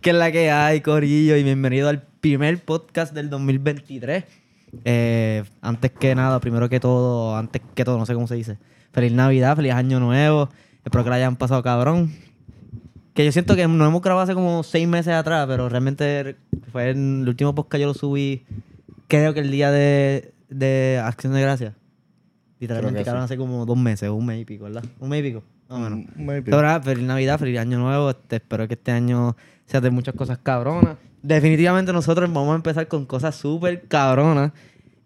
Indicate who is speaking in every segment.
Speaker 1: ¿Qué es la que hay, Corillo? Y bienvenido al primer podcast del 2023. Eh, antes que nada, primero que todo, antes que todo, no sé cómo se dice. Feliz Navidad, feliz Año Nuevo. Espero que la hayan pasado cabrón. Que yo siento que nos hemos grabado hace como seis meses atrás, pero realmente fue en el último podcast que yo lo subí, creo que el día de, de Acción de Gracias. Literalmente,
Speaker 2: sí.
Speaker 1: cabrón, hace como dos meses, un mes y pico, ¿verdad? Un mes y pico, más o menos.
Speaker 2: Maybe.
Speaker 1: Pero nada, feliz Navidad, feliz Año Nuevo. Este, espero que este año sea de muchas cosas cabronas. Definitivamente nosotros vamos a empezar con cosas súper cabronas.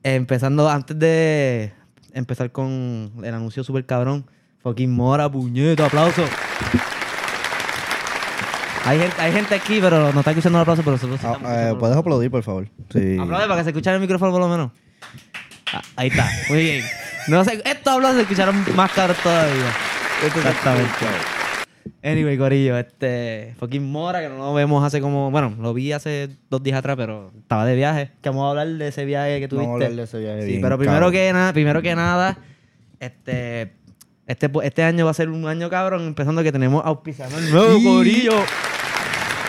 Speaker 1: Eh, empezando antes de empezar con el anuncio súper cabrón. Fucking Mora, puñeto, aplauso. Hay gente, hay gente aquí, pero no está escuchando el aplauso, pero nosotros sí
Speaker 2: Ah,
Speaker 1: estamos
Speaker 2: eh,
Speaker 1: escuchando el
Speaker 2: ¿Puedes aplaudir, por favor? Sí.
Speaker 1: Aplaude para que se escuchara el micrófono por lo menos. Ah, ahí está, muy bien. No sé, estos aplausos se escucharon más caros todavía. Exactamente. Anyway, Corillo, este. Fucking Mora, que no lo vemos hace como. Bueno, lo vi hace dos días atrás, pero estaba de viaje. Que vamos a hablar de ese viaje que tuviste.
Speaker 2: Vamos a hablar de ese viaje
Speaker 1: Sí,
Speaker 2: bien,
Speaker 1: pero primero
Speaker 2: cabrón.
Speaker 1: que nada, primero que nada, este. Este, este año va a ser un año cabrón, empezando que tenemos auspiciador nuevo,
Speaker 2: Y-
Speaker 1: Corillo.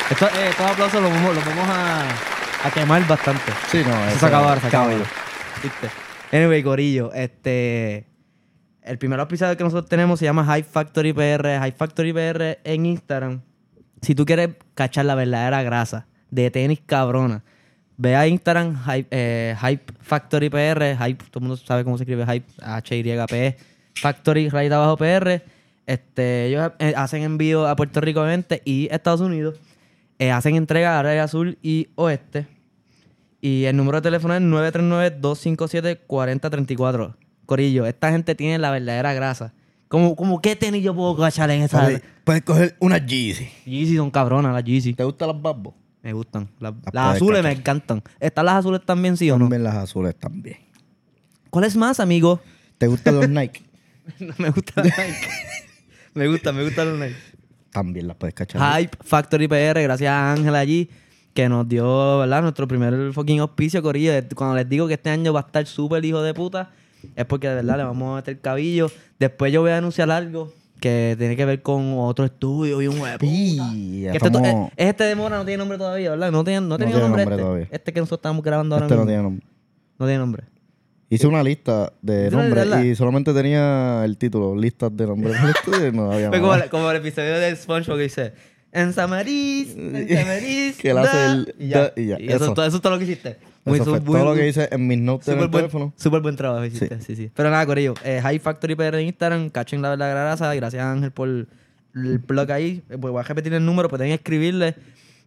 Speaker 1: Esto- eh, estos aplausos los vamos, los vamos a, a quemar bastante.
Speaker 2: Sí, no, eh,
Speaker 1: Eso se acabó ahora, se acabó ahora. ¿Viste? Anyway, Corillo, este. El primer auspiciador que nosotros tenemos se llama High Factory PR. High Factory PR en Instagram. Si tú quieres cachar la verdadera grasa de tenis cabrona, ve a Instagram Hype, eh, Hype Factory PR. Hype, todo el mundo sabe cómo se escribe Hype, H-Y-P, E, Factory, raíz de abajo PR. Este, ellos eh, hacen envío a Puerto Rico, obviamente, y Estados Unidos. Eh, hacen entrega a área azul y oeste. Y el número de teléfono es 939-257-4034. Corillo, esta gente tiene la verdadera grasa. Como, como ¿qué tenis yo puedo cachar en esa?
Speaker 2: Vale, Puedes coger una Yeezy.
Speaker 1: Yeezy son cabronas, las Yeezy.
Speaker 2: ¿Te gustan las Babbo?
Speaker 1: Me gustan. Las, las
Speaker 2: Las puedes
Speaker 1: azules me
Speaker 2: cachar.
Speaker 1: encantan. ¿Están las azules también, sí o no?
Speaker 2: También las azules también.
Speaker 1: ¿Cuál es más, amigo?
Speaker 2: ¿Te gustan los Nike?
Speaker 1: No, me gustan las Nike. me gustan, me gustan las Nike.
Speaker 2: También las puedes cachar.
Speaker 1: Hype Factory PR, gracias a Ángela allí, que nos dio, ¿verdad? Nuestro primer fucking auspicio, Corillo. Cuando les digo que este año va a estar súper hijo de puta, es porque de verdad le vamos a meter cabillo. Después yo voy a anunciar algo que tiene que ver con otro estudio y un huevo.
Speaker 2: Y ya
Speaker 1: Que este,
Speaker 2: estamos-
Speaker 1: eh, este de Mora no tiene nombre todavía, ¿verdad? No, tiene, no tenía
Speaker 2: tiene
Speaker 1: nombre,
Speaker 2: nombre
Speaker 1: este.
Speaker 2: todavía.
Speaker 1: Este que nosotros estamos grabando ahora
Speaker 2: Este no
Speaker 1: mismo.
Speaker 2: tiene nombre.
Speaker 1: No tiene nombre.
Speaker 2: Hice una lista de
Speaker 1: ¿Hice una
Speaker 2: nombres
Speaker 1: lista?
Speaker 2: y solamente tenía el título, listas de nombres del estudio y no había
Speaker 1: Fue como,
Speaker 2: nada.
Speaker 1: el- como el episodio de SpongeBob que dice... En Samaris, en Samaris,
Speaker 2: Que él hace
Speaker 1: da",
Speaker 2: el
Speaker 1: y ya.
Speaker 2: da y ya,
Speaker 1: Y eso,
Speaker 2: eso.
Speaker 1: todo- eso es todo lo que hiciste. Muy-
Speaker 2: Eso fue
Speaker 1: muy-
Speaker 2: todo lo que hice en mis notes en
Speaker 1: Súper
Speaker 2: el
Speaker 1: buen,
Speaker 2: teléfono.
Speaker 1: súper buen trabajo hiciste, sí, sí. Pero nada, Corillo, eh, High Factory PR en Instagram, cachen la verdadera grasa. Gracias, Ángel, por el blog ahí. Eh, Pues voy a repetir el número, pueden escribirle.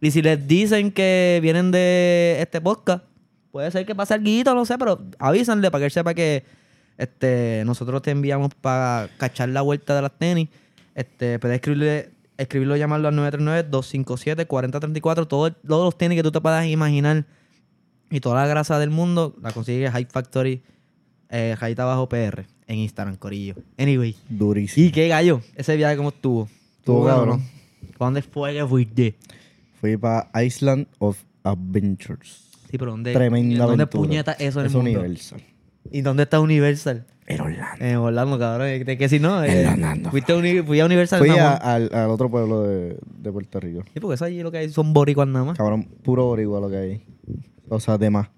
Speaker 1: Y si les dicen que vienen de este podcast, puede ser que pase algo, no sé, pero avísanle para que él sepa que este, nosotros te enviamos para cachar la vuelta de las tenis. Este, puedes escribirle, escribirlo, llamarlo al 939-257-4034. Todo el- todos los tenis que tú te puedas imaginar. Y toda la grasa del mundo la consigue Hype Factory, eh, rayita abajo PR, en Instagram, Corillo. Anyway.
Speaker 2: Durísimo.
Speaker 1: ¿Y qué gallo? Ese viaje, ¿cómo estuvo?
Speaker 2: Estuvo
Speaker 1: bueno,
Speaker 2: cabrón.
Speaker 1: ¿no? ¿Para dónde fue que fuiste?
Speaker 2: Fui para Island of Adventures.
Speaker 1: Sí, pero ¿dónde?
Speaker 2: Tremenda
Speaker 1: ¿Dónde
Speaker 2: aventura.
Speaker 1: puñeta eso en
Speaker 2: es
Speaker 1: el mundo?
Speaker 2: Universal.
Speaker 1: ¿Y dónde está Universal?
Speaker 2: En Orlando.
Speaker 1: En Orlando, cabrón. ¿De qué si no?
Speaker 2: En
Speaker 1: eh,
Speaker 2: Orlando.
Speaker 1: fuiste a Uni- fui a Universal.
Speaker 2: Fui
Speaker 1: nada
Speaker 2: a-
Speaker 1: más.
Speaker 2: al, al otro pueblo de, de Puerto Rico.
Speaker 1: Sí, porque eso allí lo que hay son boricuas nada más.
Speaker 2: Cabrón, puro boricua lo que hay. O sea, de más.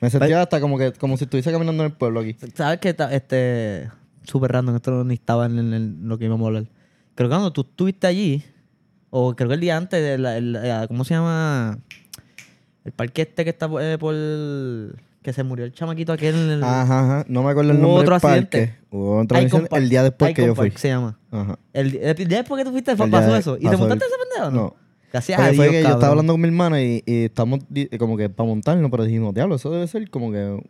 Speaker 2: Me sentía hasta como que como si estuviese caminando en el pueblo aquí.
Speaker 1: ¿Sabes qué? ta- Este. Súper random, esto no ni estaba en, el- en lo que íbamos a hablar. Creo que cuando tú estuviste allí, o creo que el día antes, de la- el- eh, ¿cómo se llama? El parque este que está eh, por. que se murió el chamaquito aquel. en el-
Speaker 2: Ajá, ajá. No me acuerdo el
Speaker 1: Hubo
Speaker 2: nombre
Speaker 1: otro
Speaker 2: Ah, del parque.
Speaker 1: accidente.
Speaker 2: Hubo otro
Speaker 1: Icon
Speaker 2: accidente
Speaker 1: Park.
Speaker 2: el día después que
Speaker 1: Icon
Speaker 2: yo fui.
Speaker 1: Park se llama.
Speaker 2: Ajá.
Speaker 1: El, el- el día después que tú fuiste fue-
Speaker 2: El día
Speaker 1: pasó
Speaker 2: de-
Speaker 1: eso. ¿Y te
Speaker 2: pasó
Speaker 1: montaste
Speaker 2: el-
Speaker 1: ese pendejo? o
Speaker 2: no.
Speaker 1: No. Gracias a
Speaker 2: Porque
Speaker 1: Dios,
Speaker 2: Pues fue que yo estaba
Speaker 1: cabrón.
Speaker 2: hablando con mi hermana y, y estamos di- como que para montarnos, pero dijimos, diablo, eso debe ser como que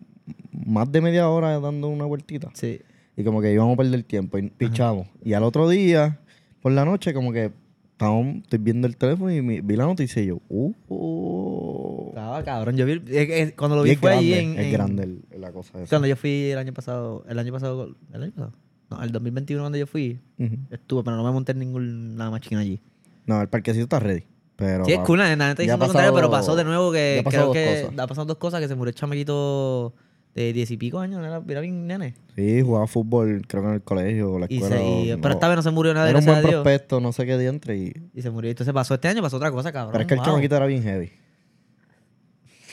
Speaker 2: más de media hora dando una vueltita.
Speaker 1: Sí.
Speaker 2: Y como que íbamos a perder tiempo y pichamos. Y al otro día, por la noche, como que estábamos- estoy viendo el teléfono y mi- vi la noticia y yo, uh, uh".
Speaker 1: Estaba Ah, cabrón. Yo vi. eh, eh, cuando lo vi
Speaker 2: Y es
Speaker 1: fue allí
Speaker 2: grande,
Speaker 1: en.
Speaker 2: es
Speaker 1: en-
Speaker 2: grande el- el- la cosa esa.
Speaker 1: Cuando yo fui el año pasado. El año pasado. ¿El año pasado? No, el 2021 cuando yo fui.
Speaker 2: Ujú.
Speaker 1: Estuve, pero no me monté en ninguna máquina allí.
Speaker 2: No, el parquecito está ready. Pero
Speaker 1: Sí, es cool, la gente
Speaker 2: Ya
Speaker 1: dice
Speaker 2: ha
Speaker 1: lo contrario, pero
Speaker 2: pasado-
Speaker 1: pasó de nuevo
Speaker 2: ya
Speaker 1: que
Speaker 2: ha pasado
Speaker 1: creo
Speaker 2: dos
Speaker 1: que
Speaker 2: cosas.
Speaker 1: ha pasado dos cosas, que se murió el chamaquito de diez y pico años, era, era bien nene.
Speaker 2: Sí, jugaba fútbol, creo que en el colegio o la
Speaker 1: Y
Speaker 2: escuela.
Speaker 1: se- y-
Speaker 2: no.
Speaker 1: pero esta vez no se murió nada,
Speaker 2: Era un
Speaker 1: gracias a
Speaker 2: buen
Speaker 1: Dios.
Speaker 2: prospecto, no sé qué diantre. Y...
Speaker 1: Y se murió. Entonces pasó este año, pasó otra cosa, cabrón.
Speaker 2: Pero es que el
Speaker 1: wow.
Speaker 2: chamaquito era bien heavy.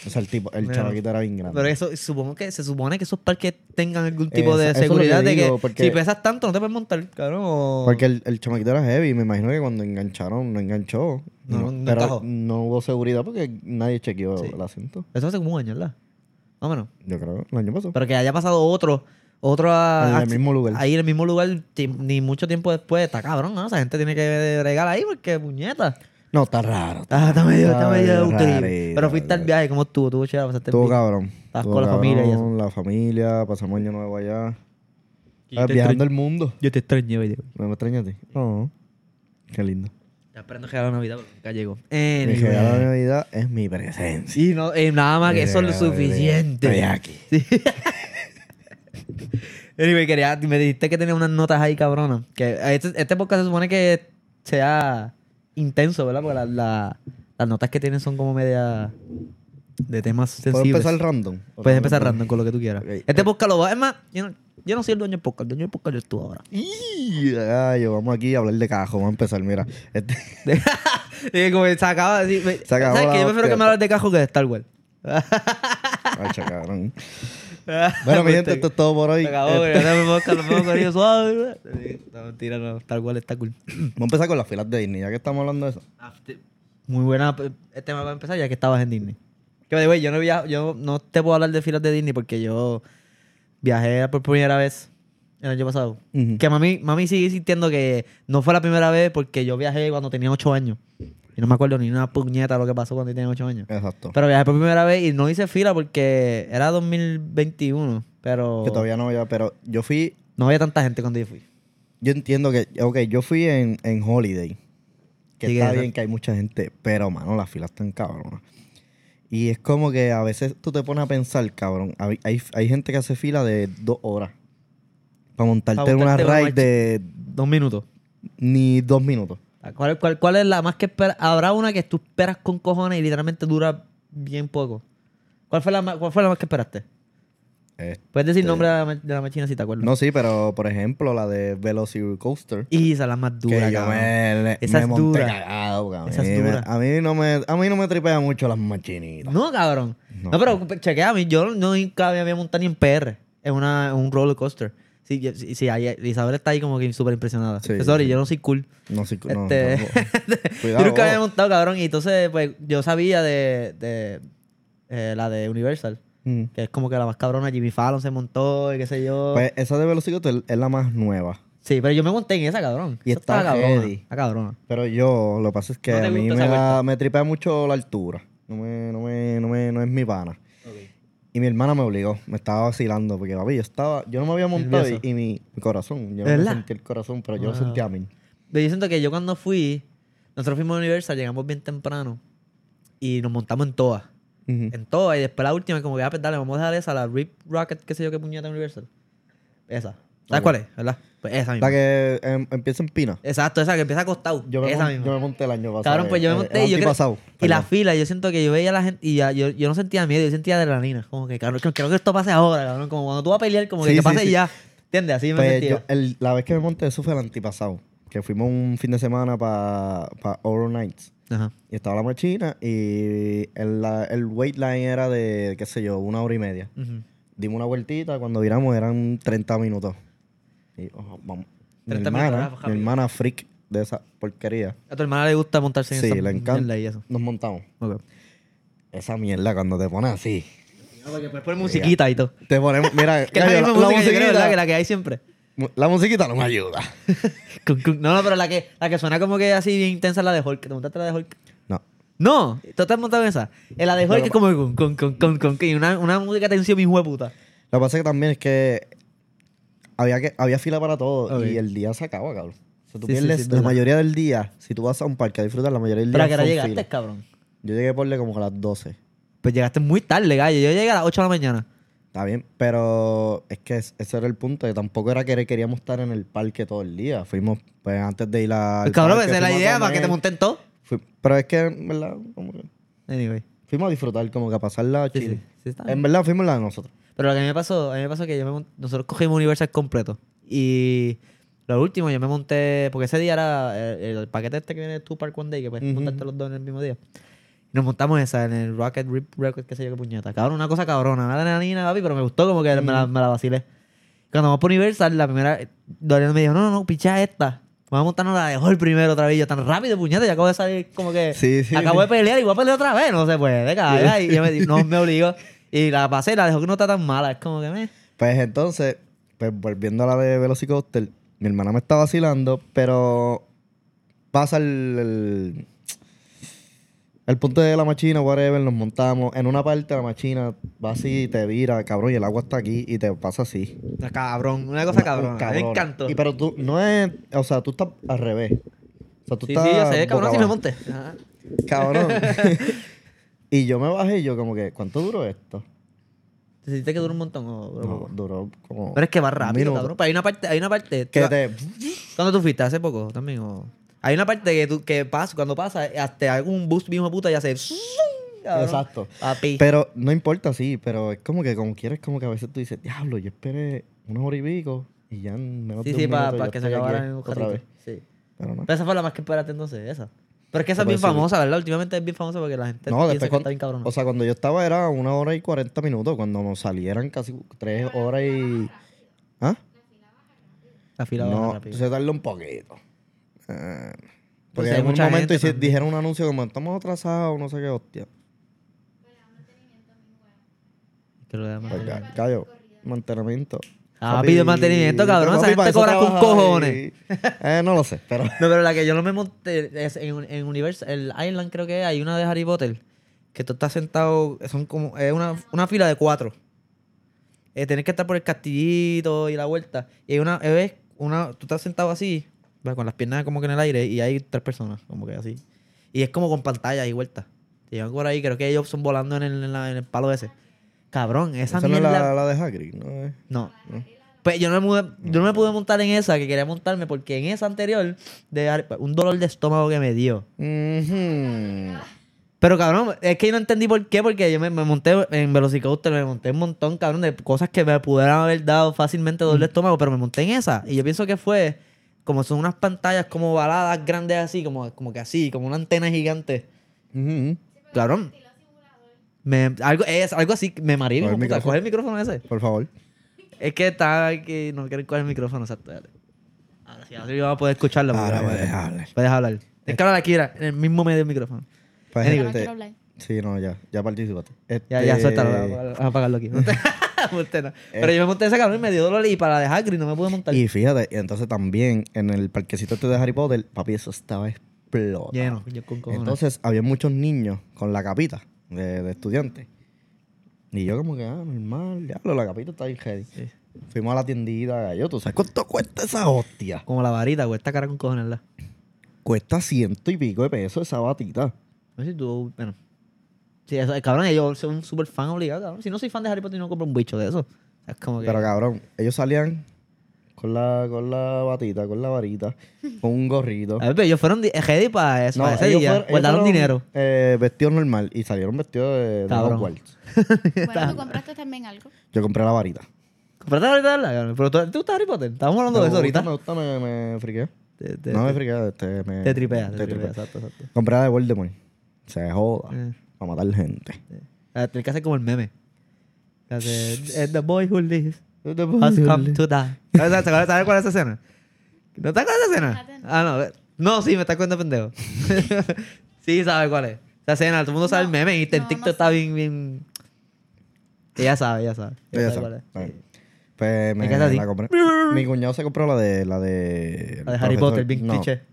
Speaker 2: O sea, el tipo, el
Speaker 1: Bueno,
Speaker 2: chamaquito era bien grande.
Speaker 1: Pero eso, supongo que se supone que esos parques tengan algún tipo de
Speaker 2: Esa- eso es lo que
Speaker 1: seguridad de
Speaker 2: digo,
Speaker 1: que
Speaker 2: porque-
Speaker 1: si pesas tanto no te puedes montar, cabrón. o-
Speaker 2: Porque el, el chamaquito era heavy, me imagino que cuando engancharon, no enganchó. Y
Speaker 1: No, no
Speaker 2: pero
Speaker 1: encajó.
Speaker 2: no hubo seguridad porque nadie chequeó
Speaker 1: Sí.
Speaker 2: el asiento.
Speaker 1: Eso hace como un año, ¿verdad? Más o menos.
Speaker 2: Yo creo, el año pasado.
Speaker 1: Pero que haya pasado otro, otro a-
Speaker 2: en el
Speaker 1: a-
Speaker 2: mismo lugar.
Speaker 1: ahí en el mismo lugar, ti- ni mucho tiempo después, está cabrón, ¿no? Esa gente tiene que bregar ahí porque puñeta.
Speaker 2: No, está raro.
Speaker 1: Ah, está medio, está
Speaker 2: Está
Speaker 1: medio
Speaker 2: medio
Speaker 1: un trip.
Speaker 2: rarito,
Speaker 1: Pero fuiste al
Speaker 2: rarito.
Speaker 1: viaje, ¿cómo estuvo? ¿Tuvo chévere? ¿Pasaste
Speaker 2: Estuvo
Speaker 1: bien?
Speaker 2: cabrón.
Speaker 1: Estabas
Speaker 2: Estuvo
Speaker 1: con la familia y
Speaker 2: cabrón, La familia, pasamos año nuevo allá.
Speaker 1: Y
Speaker 2: Ah,
Speaker 1: te
Speaker 2: viajando el mundo.
Speaker 1: Yo te extrañé, video.
Speaker 2: ¿No me extrañas a ti? No. Qué lindo.
Speaker 1: Está esperando que llegue la Navidad, pero nunca llegó.
Speaker 2: Mi regalo de
Speaker 1: Anyway.
Speaker 2: Navidad es mi presencia.
Speaker 1: Sí, no, eh, nada más que eso es lo
Speaker 2: Regalo de Navidad. Estoy
Speaker 1: suficiente.
Speaker 2: aquí.
Speaker 1: Anyway, quería, me dijiste que tenía unas notas ahí, cabrona. Que este, este podcast se supone que sea intenso, ¿verdad? Porque la- la- las notas que tienen son como media de temas
Speaker 2: ¿Puedo
Speaker 1: sensibles.
Speaker 2: empezar random?
Speaker 1: Puedes empezar random con lo que tú quieras.
Speaker 2: Ok.
Speaker 1: Este podcast lo va. Es más, yo no, yo no soy el dueño del podcast. El dueño del podcast eres tú ahora.
Speaker 2: Y- Ay, yo vamos aquí a hablar de cajo. Vamos a empezar, mira. Este,
Speaker 1: Y como se acaba de decir. me-
Speaker 2: Se acabó
Speaker 1: ¿Sabes
Speaker 2: la
Speaker 1: qué? Yo prefiero que
Speaker 2: hostia.
Speaker 1: me hables de cajo que de Star Wars.
Speaker 2: Hacha, cabrón. Bueno, mi gente, esto es todo por hoy.
Speaker 1: Se acabó,
Speaker 2: Este,
Speaker 1: ya no me puedo buscar, no me puedo buscar, yo suave. ¿verdad? No, mentira, no. Star Wars está cool.
Speaker 2: vamos a empezar con las filas de Disney, ya que estamos hablando de eso.
Speaker 1: Muy buena eh, este tema para empezar, ya que estabas en Disney. Que by the way, yo no viajo, yo no te puedo hablar de filas de Disney porque yo viajé por primera vez el año pasado.
Speaker 2: Ujú.
Speaker 1: Que mami, mami sigue insistiendo que no fue la primera vez porque yo viajé cuando tenía 8 años. Y no me acuerdo ni una puñeta lo que pasó cuando yo tenía 8 años.
Speaker 2: Exacto.
Speaker 1: Pero viajé por primera vez y no hice fila porque era 2021. Pero
Speaker 2: Que todavía no, ya, pero yo fui.
Speaker 1: no había tanta gente cuando yo fui.
Speaker 2: Yo entiendo que. Ok, yo fui en, en Holiday. Que
Speaker 1: Sí, que
Speaker 2: está
Speaker 1: esa-
Speaker 2: bien que hay mucha gente, pero, mano, las filas están cabronas. Y es como que a veces tú te pones a pensar, cabrón. Hay, hay, hay gente que hace fila de dos horas. Para montarte en una
Speaker 1: montarte en una
Speaker 2: ride
Speaker 1: marcha.
Speaker 2: de
Speaker 1: Dos minutos.
Speaker 2: ni dos minutos.
Speaker 1: ¿Cuál, cuál, cuál es la más que espera? Habrá una que tú esperas con cojones y literalmente dura bien poco. ¿Cuál fue la más, cuál fue la más que esperaste?
Speaker 2: Este,
Speaker 1: Puedes decir nombre de la, ma- de la máquina si te acuerdas.
Speaker 2: No, sí, pero por ejemplo, la de Velocicoaster.
Speaker 1: Y esa es la más
Speaker 2: Que
Speaker 1: dura,
Speaker 2: yo
Speaker 1: cabrón.
Speaker 2: me, le-
Speaker 1: Esa
Speaker 2: me
Speaker 1: es
Speaker 2: monté
Speaker 1: dura.
Speaker 2: cagado, cabrón.
Speaker 1: Esa es
Speaker 2: A mí me-
Speaker 1: dura.
Speaker 2: A mí no me, a mí no me tripea mucho las machinitas.
Speaker 1: No, cabrón. No,
Speaker 2: No.
Speaker 1: pero chequea a mí. Yo no- nunca me había montado ni en PR. En, una, en un roller coaster. Sí, yo- sí, sí, ahí- Isabel está ahí como que súper impresionada.
Speaker 2: Sí.
Speaker 1: Sorry, yo no soy cool.
Speaker 2: No, sí, no,
Speaker 1: Este-
Speaker 2: no.
Speaker 1: Yo
Speaker 2: Cuidado.
Speaker 1: nunca me había
Speaker 2: oh.
Speaker 1: montado, cabrón. Y entonces, pues, yo sabía de, de, eh, la de Universal.
Speaker 2: Mm.
Speaker 1: Que es como que la más cabrona. Jimmy Fallon se montó y qué sé yo.
Speaker 2: Pues esa de Velocicoaster es la más nueva.
Speaker 1: Sí, pero yo me monté en esa, cabrón.
Speaker 2: Y
Speaker 1: Esa
Speaker 2: está
Speaker 1: estaba cabrona.
Speaker 2: heavy.
Speaker 1: Está cabrona.
Speaker 2: Pero yo, lo que pasa es que
Speaker 1: ¿No te
Speaker 2: a mí
Speaker 1: gusta
Speaker 2: me,
Speaker 1: esa
Speaker 2: da-
Speaker 1: vuelta?
Speaker 2: me tripea mucho la altura. No me, no me, no me, no es mi pana. Y mi hermana me obligó, me estaba vacilando, porque papi, yo estaba, yo no me había montado y,
Speaker 1: Nervioso.
Speaker 2: y mi, mi corazón, yo no
Speaker 1: ¿Verdad? Ah.
Speaker 2: sentí el corazón, pero yo lo
Speaker 1: Wow.
Speaker 2: sentí a mí.
Speaker 1: Pero yo siento que yo cuando fui, nosotros fuimos a Universal, llegamos bien temprano y nos montamos en todas.
Speaker 2: Ujú.
Speaker 1: En todas. Y después la última, como que, ah, pues dale, vamos a dejar esa, la Rip Rocket, qué sé yo, qué puñeta Universal. Esa. ¿Sabes
Speaker 2: Ok.
Speaker 1: cuál es? ¿Verdad? Pues esa misma.
Speaker 2: La que em, empieza en Pina.
Speaker 1: Exacto, esa que empieza acostado.
Speaker 2: Yo me,
Speaker 1: esa
Speaker 2: mon-
Speaker 1: misma.
Speaker 2: yo me monté el año pasado.
Speaker 1: Cabrón, pues yo me
Speaker 2: eh,
Speaker 1: monté
Speaker 2: el
Speaker 1: y yo creo-
Speaker 2: antepasado,
Speaker 1: Y la
Speaker 2: perdón.
Speaker 1: fila, yo siento que yo veía a la gente y ya, yo, yo no sentía miedo, yo sentía adrenalina. Como que, cabrón, quiero que esto pase ahora, cabrón. Como cuando tú vas a pelear, como que,
Speaker 2: Sí,
Speaker 1: que
Speaker 2: sí,
Speaker 1: pase
Speaker 2: sí.
Speaker 1: ya. ¿Entiendes? Así me
Speaker 2: Pues
Speaker 1: sentía.
Speaker 2: yo- el- la vez que me monté eso fue el antepasado. Que fuimos un fin de semana para pa Oro Nights.
Speaker 1: Ajá.
Speaker 2: Y estaba la machina y el, la- el wait line era de, qué sé yo, una hora y media.
Speaker 1: Ujú.
Speaker 2: Dimos una vueltita, cuando viramos eran 30 minutos. Y, oh, vamos. Mi
Speaker 1: 30 minutos,
Speaker 2: hermana,
Speaker 1: ah, rápido.
Speaker 2: mi hermana freak de esa porquería.
Speaker 1: A tu hermana le gusta montarse en
Speaker 2: Sí,
Speaker 1: esa
Speaker 2: le encanta.
Speaker 1: mierda y eso.
Speaker 2: Nos montamos.
Speaker 1: Ok.
Speaker 2: Esa mierda cuando te pones así.
Speaker 1: porque puedes poner musiquita y todo.
Speaker 2: Te ponemos, mira,
Speaker 1: Que es la
Speaker 2: gallo,
Speaker 1: misma música, yo
Speaker 2: la,
Speaker 1: creo,
Speaker 2: musiquita,
Speaker 1: ¿verdad? Que la que hay siempre.
Speaker 2: mu- la musiquita no me ayuda.
Speaker 1: Cun, cun. No, no, pero la que, la que suena como que así bien intensa es la de Hulk. ¿Te montaste la de Hulk?
Speaker 2: No.
Speaker 1: No, tú te has montado en esa. En la de
Speaker 2: Lo que
Speaker 1: Hulk es como con, con, con, con, con, y una, una música tensión, mi hijo de puta.
Speaker 2: Lo que pasa es que también es que había, que, había fila para todo
Speaker 1: Ok.
Speaker 2: y el día se acaba, cabrón. O sea, tú
Speaker 1: Sí, sí,
Speaker 2: pierdes
Speaker 1: sí, es
Speaker 2: la
Speaker 1: verdad.
Speaker 2: mayoría del día. Si tú vas a un parque a disfrutar, la mayoría del
Speaker 1: Pero
Speaker 2: día
Speaker 1: a que ahora
Speaker 2: son
Speaker 1: llegaste,
Speaker 2: filas.
Speaker 1: cabrón.
Speaker 2: Yo llegué por como a las 12.
Speaker 1: Pues llegaste muy tarde, gallo. Yo llegué a las 8 de la mañana.
Speaker 2: Está bien, pero es que es- ese era el punto. Que tampoco era que queríamos estar en el parque todo el día. Fuimos, pues, antes de ir a.
Speaker 1: Pues, cabrón, esa es la idea para que te monten todo.
Speaker 2: Pero es que, en ¿verdad? Como que
Speaker 1: Anyway.
Speaker 2: fuimos a disfrutar, como que a pasarla
Speaker 1: Sí,
Speaker 2: chile.
Speaker 1: sí, sí, Sí, está bien.
Speaker 2: En verdad fuimos la de nosotros.
Speaker 1: Pero lo que a mí me pasó, a mí me pasó que yo me mon- nosotros cogimos Universal completo. Y lo último, yo me monté, porque ese día era el, el paquete este que viene de Two Park One Day, que puedes
Speaker 2: Ujú.
Speaker 1: montarte los dos en el mismo día. Y nos montamos esa en el Rocket Rip Record, qué sé yo qué puñeta. Cabrón, una cosa cabrona, una adrenalina, papi, pero me gustó como que me, la, me la vacilé. Cuando vamos por Universal, la primera, Dorian me dijo, no, no, no, pichá esta. Vamos a montarnos la de Hall primero otra vez. Yo tan rápido, puñeta, ya acabo de salir como que...
Speaker 2: Sí, sí.
Speaker 1: Acabo de pelear y voy a pelear otra vez. No se puede, cabrón. Y yo me, no me obligó. Y la pasé y la dejó que no está tan mala. Es como que me...
Speaker 2: Pues entonces, pues volviendo a la de Velocicoaster, mi hermana me está vacilando, pero pasa el, el, el punto de la machina, whatever, nos montamos. En una parte la machina va así y te vira, cabrón, y el agua está aquí y te pasa así.
Speaker 1: Cabrón, una cosa
Speaker 2: Una- un
Speaker 1: cabrona. Me
Speaker 2: cabrón.
Speaker 1: encantó.
Speaker 2: Y pero tú, no es, o sea, tú estás al revés. O sea, tú
Speaker 1: Sí, sí,
Speaker 2: estás
Speaker 1: yo sé,
Speaker 2: boca
Speaker 1: cabrón, si me
Speaker 2: abajo.
Speaker 1: monté.
Speaker 2: Cabrón. y yo me bajé y yo como que, ¿cuánto duró esto?
Speaker 1: ¿Te sentiste que duró un montón? o- o-
Speaker 2: No, duró como...
Speaker 1: Pero es que va
Speaker 2: un
Speaker 1: rápido,
Speaker 2: minuto.
Speaker 1: cabrón. Pero hay una parte, hay una parte... tú
Speaker 2: Que
Speaker 1: la-
Speaker 2: te...
Speaker 1: ¿Cuándo tú fuiste? ¿Hace poco también? o- Hay una parte que, tú, que pasa, cuando pasa, hasta algún boost mismo puta y hace... zoom, cabrón.
Speaker 2: Exacto.
Speaker 1: Papi.
Speaker 2: Pero no importa, sí, pero es como que como quieres, como que a veces tú dices, diablo, yo esperé unos horas y pico y ya en menos
Speaker 1: sí,
Speaker 2: de un
Speaker 1: sí, para
Speaker 2: minuto ya
Speaker 1: que se
Speaker 2: estoy aquí
Speaker 1: acabara en un
Speaker 2: otra vez.
Speaker 1: ratito. Sí.
Speaker 2: Pero no.
Speaker 1: Pero esa fue la más que esperaste entonces, esa. Pero es que esa es
Speaker 2: Te
Speaker 1: bien
Speaker 2: puedo decir.
Speaker 1: famosa, ¿verdad? Últimamente es bien famosa porque la gente
Speaker 2: No,
Speaker 1: piensa
Speaker 2: después
Speaker 1: que
Speaker 2: cuan-
Speaker 1: está bien cabrona.
Speaker 2: O sea, cuando yo estaba era una hora y cuarenta minutos, cuando nos salieran casi tres horas y... ¿Ah?
Speaker 1: la fila va
Speaker 2: No,
Speaker 1: rápido. Pues
Speaker 2: se tardó un poquito. Ah, porque
Speaker 1: hay
Speaker 2: en un
Speaker 1: mucha
Speaker 2: momento
Speaker 1: gente
Speaker 2: hice-
Speaker 1: también.
Speaker 2: dijeron un anuncio como, estamos atrasados, no sé qué, hostia.
Speaker 1: Que lo demás
Speaker 2: Pues,
Speaker 1: tenía-
Speaker 2: ca- callo, mantenimiento.
Speaker 1: Ah, pide mantenimiento, cabrón, esa
Speaker 2: papi, para
Speaker 1: gente
Speaker 2: eso
Speaker 1: cobra con
Speaker 2: trabaja
Speaker 1: cojones.
Speaker 2: y- Eh, no lo sé, pero...
Speaker 1: No, pero la que yo no me monté es en, en Universal, el Island creo que es, hay una de Harry Potter, que tú estás sentado, son como, es una, una fila de cuatro. Eh, tienes que estar por el castillito y la vuelta. Y hay una, es una, tú estás sentado así, ¿verdad? con las piernas como que en el aire, y hay tres personas, como que así. Y es como con pantalla y vuelta. Te llevan por ahí, creo que ellos son volando en el, en la- en el palo ese. Cabrón, esa
Speaker 2: Esa no es
Speaker 1: mierda-
Speaker 2: la, la de Hagrid, ¿no? Eh,
Speaker 1: no. Pues yo no, me mudé- yo no me
Speaker 2: Mm.
Speaker 1: pude montar en esa que quería montarme porque en esa anterior de Harry- un dolor de estómago que me dio.
Speaker 2: ujú.
Speaker 1: Pero cabrón, es que yo no entendí por qué, porque yo me, me monté en Velocicoaster, me monté un montón, cabrón, de cosas que me pudieran haber dado fácilmente dolor de
Speaker 2: Mm.
Speaker 1: estómago, pero me monté en esa. Y yo pienso que fue como son unas pantallas como baladas grandes así, como, como que así, como una antena gigante.
Speaker 2: Ujú.
Speaker 1: Cabrón. Me, algo, es, algo así, me mareé.
Speaker 2: Coge el
Speaker 1: hijo puta,
Speaker 2: micrófono.
Speaker 1: Coge el micrófono ese.
Speaker 2: Por favor.
Speaker 1: Es que está aquí, no quiero coger el micrófono, exacto. Dale. Ahora sí, ahora sí vamos a poder escucharlo. porque-
Speaker 2: Ahora puedes hablar.
Speaker 1: Puedes hablar. Es que hablar aquí, mira, en el mismo medio del micrófono.
Speaker 2: Pues,
Speaker 1: Anyway.
Speaker 2: este-
Speaker 3: No quiero hablar.
Speaker 2: sí, no, ya, ya participaste. Este,
Speaker 1: Ya, ya, suéltalo, vamos a apagarlo aquí. Monté, no. Pero yo me monté ese cabrón y me dio dolor y para dejar gris no me pude montar.
Speaker 2: Eh. Y fíjate, y entonces también en el parquecito este de Harry Potter, papi, eso estaba explotado.
Speaker 1: Lleno, yo con cojones.
Speaker 2: Entonces había muchos niños con la capita de, de estudiantes. Y yo como que, ah, normal, diablo, la capita está bien heavy.
Speaker 1: Sí.
Speaker 2: Fuimos a la tiendita, yo, ¿tú sabes cuánto cuesta esa hostia?
Speaker 1: Como la varita, güey, esta cara con cojones. ¿verdad?
Speaker 2: Cuesta ciento y pico de pesos esa batita.
Speaker 1: No sé si tú, bueno. Sí, eso, eh, cabrón, yo soy un super fan obligado, cabrón. Si no soy fan de Harry Potter, no compro un bicho de eso. O sea, es como que.
Speaker 2: Pero cabrón, ellos salían con la, con la batita, con la varita, con un gorrito.
Speaker 1: A ver, pero ellos fueron di- eh, ready para eso, para ese
Speaker 2: ellos
Speaker 1: día.
Speaker 2: fueron- ellos
Speaker 1: Guardaron
Speaker 2: fueron,
Speaker 1: dinero.
Speaker 2: eh, vestidos normal y salieron vestidos de, de
Speaker 1: Cabrón.
Speaker 2: Hogwarts.
Speaker 3: Bueno, tú compraste también algo.
Speaker 2: Yo compré la varita.
Speaker 1: Compraste la varita, ¿verdad, cabrón? Pero tú, tú estás Harry Potter. Estábamos hablando de eso
Speaker 2: Me gusta,
Speaker 1: ahorita.
Speaker 2: Me gusta, me, me friqué.
Speaker 1: Te- te-
Speaker 2: no me
Speaker 1: te-
Speaker 2: friqué, este, me,
Speaker 1: Te tripea,
Speaker 2: te
Speaker 1: te tripea,
Speaker 2: tripea.
Speaker 1: exacto, exacto.
Speaker 2: Compré la de Voldemort. Se joda.
Speaker 1: Eh.
Speaker 2: Va a matar gente.
Speaker 1: Ah, Tienes que hacer como el meme. Que hace, "And The boy who lives has come
Speaker 2: Yo
Speaker 1: to die. ¿Sabes sabes- sabes cuál es esa escena? ¿No te acuerdas de esa escena? Ah, no. eh, No, sí, me está cuenta pendejo. sí, sabes cuál es. Esa escena, todo el mundo sabe el
Speaker 3: No,
Speaker 1: meme y el
Speaker 3: no, no
Speaker 1: TikTok
Speaker 3: sé.
Speaker 1: está bien, bien... Ella sabe, ella sabe.
Speaker 2: ya
Speaker 1: Ella
Speaker 2: sé.
Speaker 1: sabe cuál es.
Speaker 2: Bueno. Pues me
Speaker 1: que hacer así.
Speaker 2: la compré. Mi cuñado se compró la de la de,
Speaker 1: La de Harry
Speaker 2: profesor-
Speaker 1: Potter, bien
Speaker 2: no.
Speaker 1: cliché.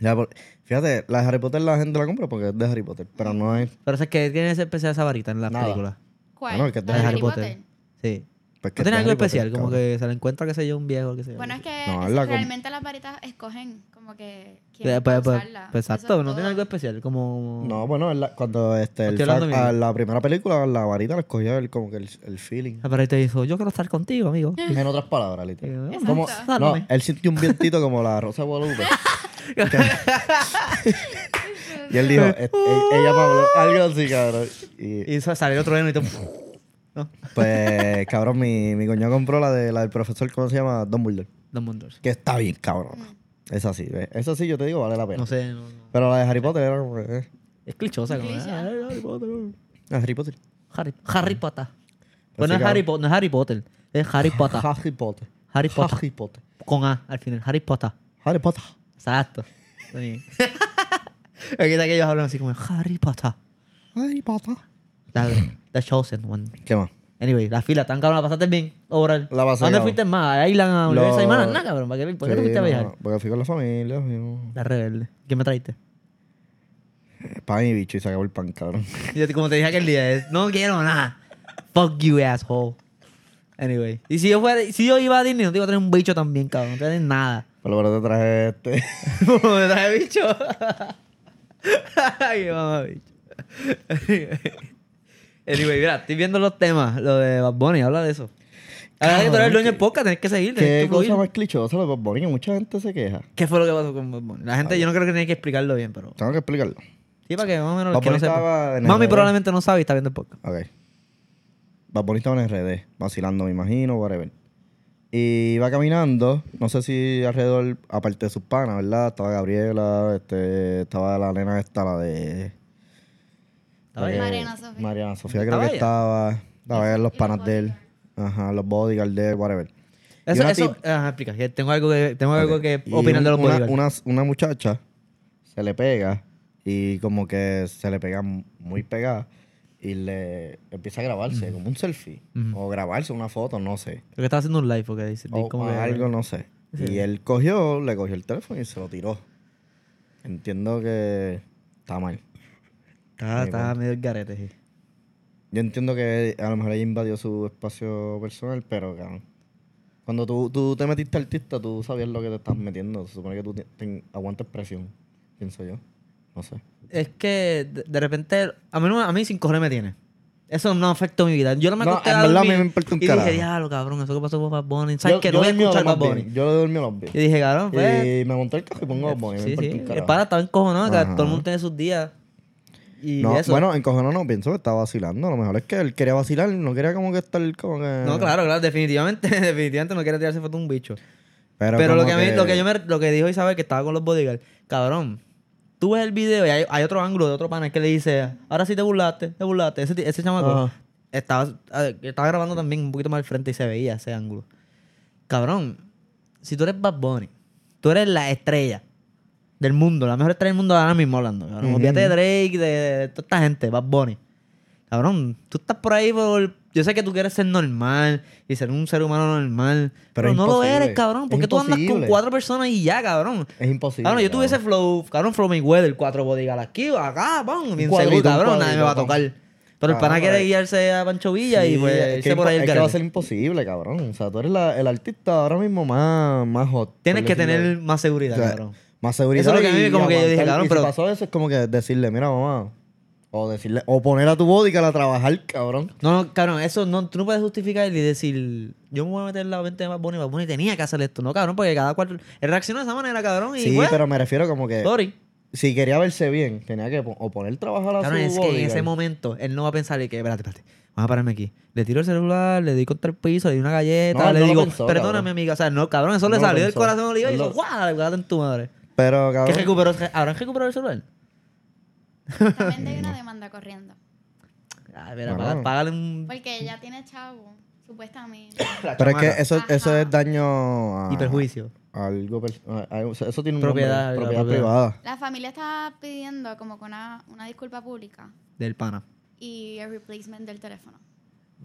Speaker 2: Ya, por- fíjate, la de Harry Potter la gente la compra porque es de Harry Potter, pero no es
Speaker 1: Pero es que tiene ese especial esa varita en las
Speaker 2: Nada.
Speaker 1: películas.
Speaker 3: ¿Cuál?
Speaker 2: Bueno, el que es de
Speaker 3: ¿La
Speaker 1: Harry Potter. Sí.
Speaker 2: Pues que
Speaker 1: ¿No tiene
Speaker 2: es
Speaker 1: algo
Speaker 2: de Harry Potter,
Speaker 1: especial? como
Speaker 2: cabrón.
Speaker 1: que se la encuentra, qué sé yo, un viejo, qué sé yo.
Speaker 3: Bueno, es que
Speaker 2: No,
Speaker 3: es-
Speaker 2: la com-
Speaker 3: realmente las varitas escogen como que
Speaker 1: Pues,
Speaker 3: quieren
Speaker 1: pues, pues,
Speaker 3: usarla.
Speaker 1: pues,
Speaker 3: Eso es
Speaker 1: exacto, no
Speaker 3: todo.
Speaker 1: tiene algo especial, como...
Speaker 2: No, bueno, en la- cuando este, el
Speaker 1: Estoy hablando
Speaker 2: fa-
Speaker 1: bien.
Speaker 2: a la primera película, la varita la escogió el, como que el, el feeling.
Speaker 1: La pared te dijo, yo quiero estar contigo, amigo.
Speaker 2: En otras palabras, literal.
Speaker 1: Exacto.
Speaker 2: Como, no,
Speaker 1: Sálvame.
Speaker 2: él sintió un vientito como la Rosa de Guadalupe.
Speaker 1: Uh.
Speaker 2: y él dijo, "Este, e- ella me habló algo así, cabrón. Y,
Speaker 1: Y eso salió otro y tú...
Speaker 2: Pues, cabrón, mi, mi coñado compró la, de, la del profesor, ¿cómo se llama? Dumbledore.
Speaker 1: Dumbledore.
Speaker 2: Que está bien, cabrón. Esa sí, eh, esa sí, yo te digo, vale la pena.
Speaker 1: No sé, no, no.
Speaker 2: Pero la de Harry Potter era como. que, eh,
Speaker 1: Es clichosa, como.
Speaker 3: Cliché.
Speaker 1: ah, Harry Potter.
Speaker 2: Harry Potter.
Speaker 1: Harry, Harry Potter. Bueno,
Speaker 2: Así
Speaker 1: es
Speaker 2: que-
Speaker 1: Harry, Po- no es Harry Potter. Es Harry Potter.
Speaker 2: Harry Potter.
Speaker 1: Harry Potter.
Speaker 2: Harry Potter.
Speaker 1: Con A al final. Harry Potter.
Speaker 2: Harry Potter.
Speaker 1: Exacto. Aquí está que ellos hablan así como Harry Potter.
Speaker 2: Harry Potter.
Speaker 1: The, the Chosen One.
Speaker 2: ¿Qué más?
Speaker 1: Anyway, la fila, tan cabrón, la pasaste bien. Oral.
Speaker 2: La pasé,
Speaker 1: ¿A dónde
Speaker 2: cabrón.
Speaker 1: fuiste más? ¿A Island? ¿A Universal?
Speaker 2: Lo-
Speaker 1: Nada, nada, cabrón. ¿Para qué, ¿Por qué te
Speaker 2: Sí,
Speaker 1: fuiste a
Speaker 2: no,
Speaker 1: viajar?
Speaker 2: Porque fui con la familia. fuimos-
Speaker 1: La rebelde. ¿Qué me traiste?
Speaker 2: Pan y bicho y se acabó el pan, cabrón.
Speaker 1: Yo, te- como te dije aquel día, es, no quiero nada. Fuck you, asshole. Anyway. Y si yo, fuera, si yo iba a Disney, no te iba a traer un bicho también, cabrón. No te iba a traer nada.
Speaker 2: Pero ahora te traje este.
Speaker 1: me traje bicho. Ay, mamá, bicho. anyway, mira, estoy viendo los temas. Lo de Bad Bunny, habla de eso. Ahora que tú eres el
Speaker 2: Cabrón,
Speaker 1: dueño
Speaker 2: qué-
Speaker 1: del podcast, tenés que seguir. tenés
Speaker 2: Qué
Speaker 1: que fluir.
Speaker 2: cosa más clichosa lo de Bad Bunny, que mucha gente se queja.
Speaker 1: ¿Qué fue lo que pasó con Bad Bunny? La gente, yo no creo que tenga que explicarlo bien, pero.
Speaker 2: Tengo que explicarlo.
Speaker 1: Sí, para que más o menos
Speaker 2: Bad
Speaker 1: el que no
Speaker 2: Bunny estaba
Speaker 1: sepa.
Speaker 2: en el
Speaker 1: Mami
Speaker 2: RD.
Speaker 1: probablemente no sabe y está viendo el podcast.
Speaker 2: Ok. Bad Bunny estaba en RD, vacilando, me imagino, whatever. Y iba caminando, no sé si alrededor, aparte de sus panas, ¿verdad? Estaba Gabriela, este, estaba la nena esta, la de...
Speaker 1: Estaba
Speaker 2: la
Speaker 1: ella.
Speaker 2: que-
Speaker 3: Mariana Sofía.
Speaker 2: Mariana Sofía creo
Speaker 1: ¿Estaba
Speaker 2: que
Speaker 1: ella?
Speaker 2: estaba. Estaba en los
Speaker 3: Y los
Speaker 2: panas de él. Ajá, los bodyguards de él, whatever. Y
Speaker 1: Eso,
Speaker 2: una
Speaker 1: eso,
Speaker 2: tip-
Speaker 1: ajá, explica. que Tengo algo que, tengo algo
Speaker 2: Ok.
Speaker 1: que
Speaker 2: Y
Speaker 1: opinar
Speaker 2: un-
Speaker 1: de los
Speaker 2: una,
Speaker 1: bodyguards.
Speaker 2: una, una muchacha se le pega y como que se le pega m- muy pegada y le empieza a grabarse como un selfie
Speaker 1: Ujú.
Speaker 2: o grabarse una foto, no sé.
Speaker 1: Creo que estaba haciendo un live porque dice.
Speaker 2: O,
Speaker 1: como
Speaker 2: o
Speaker 1: que-
Speaker 2: Oh, ah, algo, no sé. Y él cogió, le cogió el teléfono y se lo tiró. Entiendo que está mal.
Speaker 1: Estaba, estaba medio el garete, sí.
Speaker 2: Yo entiendo que a lo mejor ella invadió su espacio personal, pero cabrón. Cuando tú, tú te metiste artista, tú sabías lo que te estás metiendo. Se supone que tú ti- ten- aguantas presión, pienso yo. No sé.
Speaker 1: Es que de, de repente, a mí, no- a mí sin correr me tiene. Eso no afectó mi vida. Yo no me
Speaker 2: No,
Speaker 1: acosté
Speaker 2: en
Speaker 1: a
Speaker 2: verdad a mí
Speaker 1: dormir
Speaker 2: me importa un
Speaker 1: Y
Speaker 2: carajo.
Speaker 1: dije, diablo, cabrón, eso que pasó con Bad Bunny. ¿Sabes
Speaker 2: Yo-
Speaker 1: qué?
Speaker 2: yo
Speaker 1: No voy a
Speaker 2: dormí
Speaker 1: escuchar
Speaker 2: lo
Speaker 1: Bad
Speaker 2: más bien.
Speaker 1: Bunny.
Speaker 2: Yo le dormí a los
Speaker 1: Y
Speaker 2: bien.
Speaker 1: dije, cabrón, pues.
Speaker 2: Y me monté el carro y pongo Bad Bunny. me
Speaker 1: sí,
Speaker 2: importa
Speaker 1: sí.
Speaker 2: un carajo.
Speaker 1: Para, estaba encojonado, que
Speaker 2: Ajá.
Speaker 1: todo el mundo tiene sus días. Y
Speaker 2: No,
Speaker 1: eso.
Speaker 2: bueno, en cojones no, pienso que estaba vacilando. A lo mejor es que él quería vacilar, no quería como que estar como que...
Speaker 1: No, claro, claro, definitivamente, definitivamente no quiere tirarse foto a un bicho. Pero,
Speaker 2: como
Speaker 1: lo que a mí, lo que yo me, lo que dijo Isabel que estaba con los bodyguards, cabrón, tú ves el video y hay, hay otro ángulo de otro pana que le dice, ahora sí te burlaste, te burlaste, ese, ti- ese chamaco
Speaker 2: Ajá.
Speaker 1: estaba, eh, estaba grabando también un poquito más al frente y se veía ese ángulo. Cabrón, si tú eres Bad Bunny, tú eres la estrella del mundo, la mejor estrella del mundo ahora mismo hablando, cabrón. Olvídate de Drake, de, de toda esta gente, Bad Bunny. Cabrón, tú estás por ahí por... Yo sé que tú quieres ser normal y ser un ser humano normal. Pero,
Speaker 2: Pero es
Speaker 1: no lo
Speaker 2: imposible.
Speaker 1: eres, cabrón. Porque
Speaker 2: Es
Speaker 1: tú andas con
Speaker 2: imposible.
Speaker 1: cuatro personas y ya, cabrón.
Speaker 2: Es imposible.
Speaker 1: cabrón, Ah, yo
Speaker 2: cabrón.
Speaker 1: tuviese flow, cabrón, flow Mayweather, cuatro bodyguards aquí, acá, pam, bien
Speaker 2: cuadrito,
Speaker 1: seguro,
Speaker 2: un
Speaker 1: cabrón, nadie
Speaker 2: cuadrito,
Speaker 1: me va a
Speaker 2: pam.
Speaker 1: tocar. Pero el pana
Speaker 2: Cabrón,
Speaker 1: quiere
Speaker 2: eh.
Speaker 1: guiarse a Pancho Villa y
Speaker 2: Sí,
Speaker 1: pues
Speaker 2: es que,
Speaker 1: irse por ahí
Speaker 2: impo-
Speaker 1: el
Speaker 2: es que va a
Speaker 1: garete.
Speaker 2: ser imposible, cabrón. O sea, tú eres la- el artista ahora mismo más, más hot. por
Speaker 1: Tienes que
Speaker 2: decirlo.
Speaker 1: tener más seguridad,
Speaker 2: O sea,
Speaker 1: cabrón.
Speaker 2: más seguridad.
Speaker 1: Eso es lo que a mí
Speaker 2: y
Speaker 1: como que yo dije,
Speaker 2: aguantar.
Speaker 1: cabrón,
Speaker 2: Y
Speaker 1: pero-
Speaker 2: Si pasó eso es como que decirle, mira, mamá. O decirle, o poner a tu bodyguard a trabajar, cabrón.
Speaker 1: No, no, cabrón, eso no, tú no puedes justificar y decir, yo me voy a meter en la mente de Bad Bunny, Bad Bunny tenía que hacer esto. No, cabrón, porque cada cual... Él reaccionó de esa manera, cabrón, y
Speaker 2: Sí,
Speaker 1: pues,
Speaker 2: pero eh, me refiero como que
Speaker 1: sorry.
Speaker 2: si quería verse bien, tenía que po- o poner trabajar a
Speaker 1: Cabrón,
Speaker 2: su
Speaker 1: es que en
Speaker 2: bodyguard.
Speaker 1: ese momento él no va a pensar y que, espérate, espérate, vamos a pararme aquí. Le tiro el celular, le di contra el piso, le di una galleta,
Speaker 2: No, él
Speaker 1: le
Speaker 2: no lo
Speaker 1: digo,
Speaker 2: pensó,
Speaker 1: perdóname,
Speaker 2: cabrón.
Speaker 1: amiga. O sea, no, cabrón, eso le
Speaker 2: No lo
Speaker 1: salió del
Speaker 2: pensó.
Speaker 1: corazón oliva y
Speaker 2: Él
Speaker 1: hizo,
Speaker 2: lo-
Speaker 1: ¡guau! Le pegaste en tu madre.
Speaker 2: Pero,
Speaker 1: ¿Qué
Speaker 2: cabrón.
Speaker 1: recuperó? ¿Habrán recuperado el celular?
Speaker 3: También hay una demanda corriendo.
Speaker 1: Ah, mira,
Speaker 2: Bueno.
Speaker 1: paga- págale un.
Speaker 3: Porque ella tiene chavo, supuestamente.
Speaker 2: Pero es que
Speaker 1: chamana.
Speaker 2: eso, eso
Speaker 3: Ajá.
Speaker 2: es daño a,
Speaker 1: Y perjuicio.
Speaker 2: a algo per- a- a- o sea, eso tiene un
Speaker 1: Propiedad, la
Speaker 2: propiedad, propiedad
Speaker 1: propiedad.
Speaker 2: privada.
Speaker 3: La familia está pidiendo como que una, una disculpa pública
Speaker 1: Del pana.
Speaker 3: y el replacement del teléfono.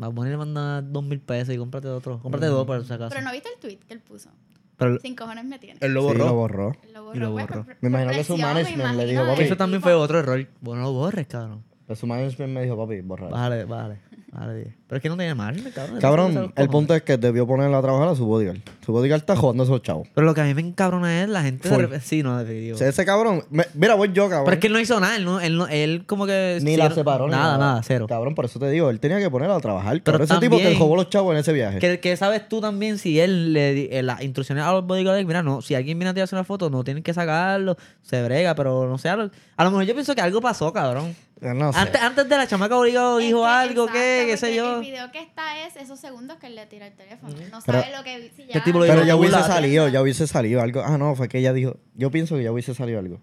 Speaker 1: Va a ponerle manda dos mil pesos y cómprate otro. Cómprate dos por si acaso.
Speaker 3: Pero no viste el tweet que él puso.
Speaker 1: Pero
Speaker 3: Sin cojones me tiene.
Speaker 1: él lo
Speaker 2: Sí,
Speaker 1: borró.
Speaker 2: lo borró.
Speaker 3: Él lo
Speaker 1: Y lo
Speaker 3: pues,
Speaker 1: borró.
Speaker 3: por-
Speaker 2: Me imagino
Speaker 3: por
Speaker 2: que su
Speaker 3: presión, me
Speaker 2: management le
Speaker 3: imagino,
Speaker 2: dijo,
Speaker 3: del
Speaker 2: papi.
Speaker 1: Eso también
Speaker 3: tipo.
Speaker 1: fue otro error. Vos no lo borres, cabrón.
Speaker 2: Pero Pues su management me dijo, papi, borra. eso".
Speaker 1: Bájale, bájale. Bájale bien. Pero es que no tiene margen, cabrón.
Speaker 2: Cabrón, el punto es que debió ponerla a trabajar a su bodyguard. Su bodyguard está jugando a esos chavos.
Speaker 1: Pero lo que a mí me encabrona es la gente. de
Speaker 2: Full.
Speaker 1: rep- Sí, no, definitivo.
Speaker 2: O sea, ese cabrón, me- mira, voy yo, cabrón.
Speaker 1: Pero es que él no hizo nada. Él, no, él, no- él como que.
Speaker 2: ni
Speaker 1: sí,
Speaker 2: la
Speaker 1: no-
Speaker 2: separó. ni
Speaker 1: Nada, nada, cero.
Speaker 2: Cabrón, por eso te digo, él tenía que ponerla a trabajar.
Speaker 1: Pero
Speaker 2: Pero ese tipo te
Speaker 1: también-
Speaker 2: robó los chavos en ese viaje.
Speaker 1: Que, que sabes tú también si él le di- eh, las instrucciones a los bodyguards, mira, no, si alguien viene a tirarse una foto, no tienen que sacarlo, se brega, pero no sé, a lo, a lo mejor yo pienso que algo pasó, cabrón.
Speaker 2: Eh, No sé.
Speaker 1: Antes, antes de la chamaca obligado dijo
Speaker 3: Es que,
Speaker 1: algo,
Speaker 3: exacto,
Speaker 1: ¿qué? ¿Qué sé
Speaker 3: porque
Speaker 1: yo?
Speaker 3: El video que está es esos segundos que él le tira el teléfono. No
Speaker 2: Pero-
Speaker 3: sabe lo que. Si ya,
Speaker 1: ¿Qué tipo lo
Speaker 2: Pero
Speaker 1: digo,
Speaker 2: ya hubiese
Speaker 1: late.
Speaker 2: salido, ya hubiese salido algo. Ah, no, fue que ella dijo. Yo pienso que ya hubiese salido algo.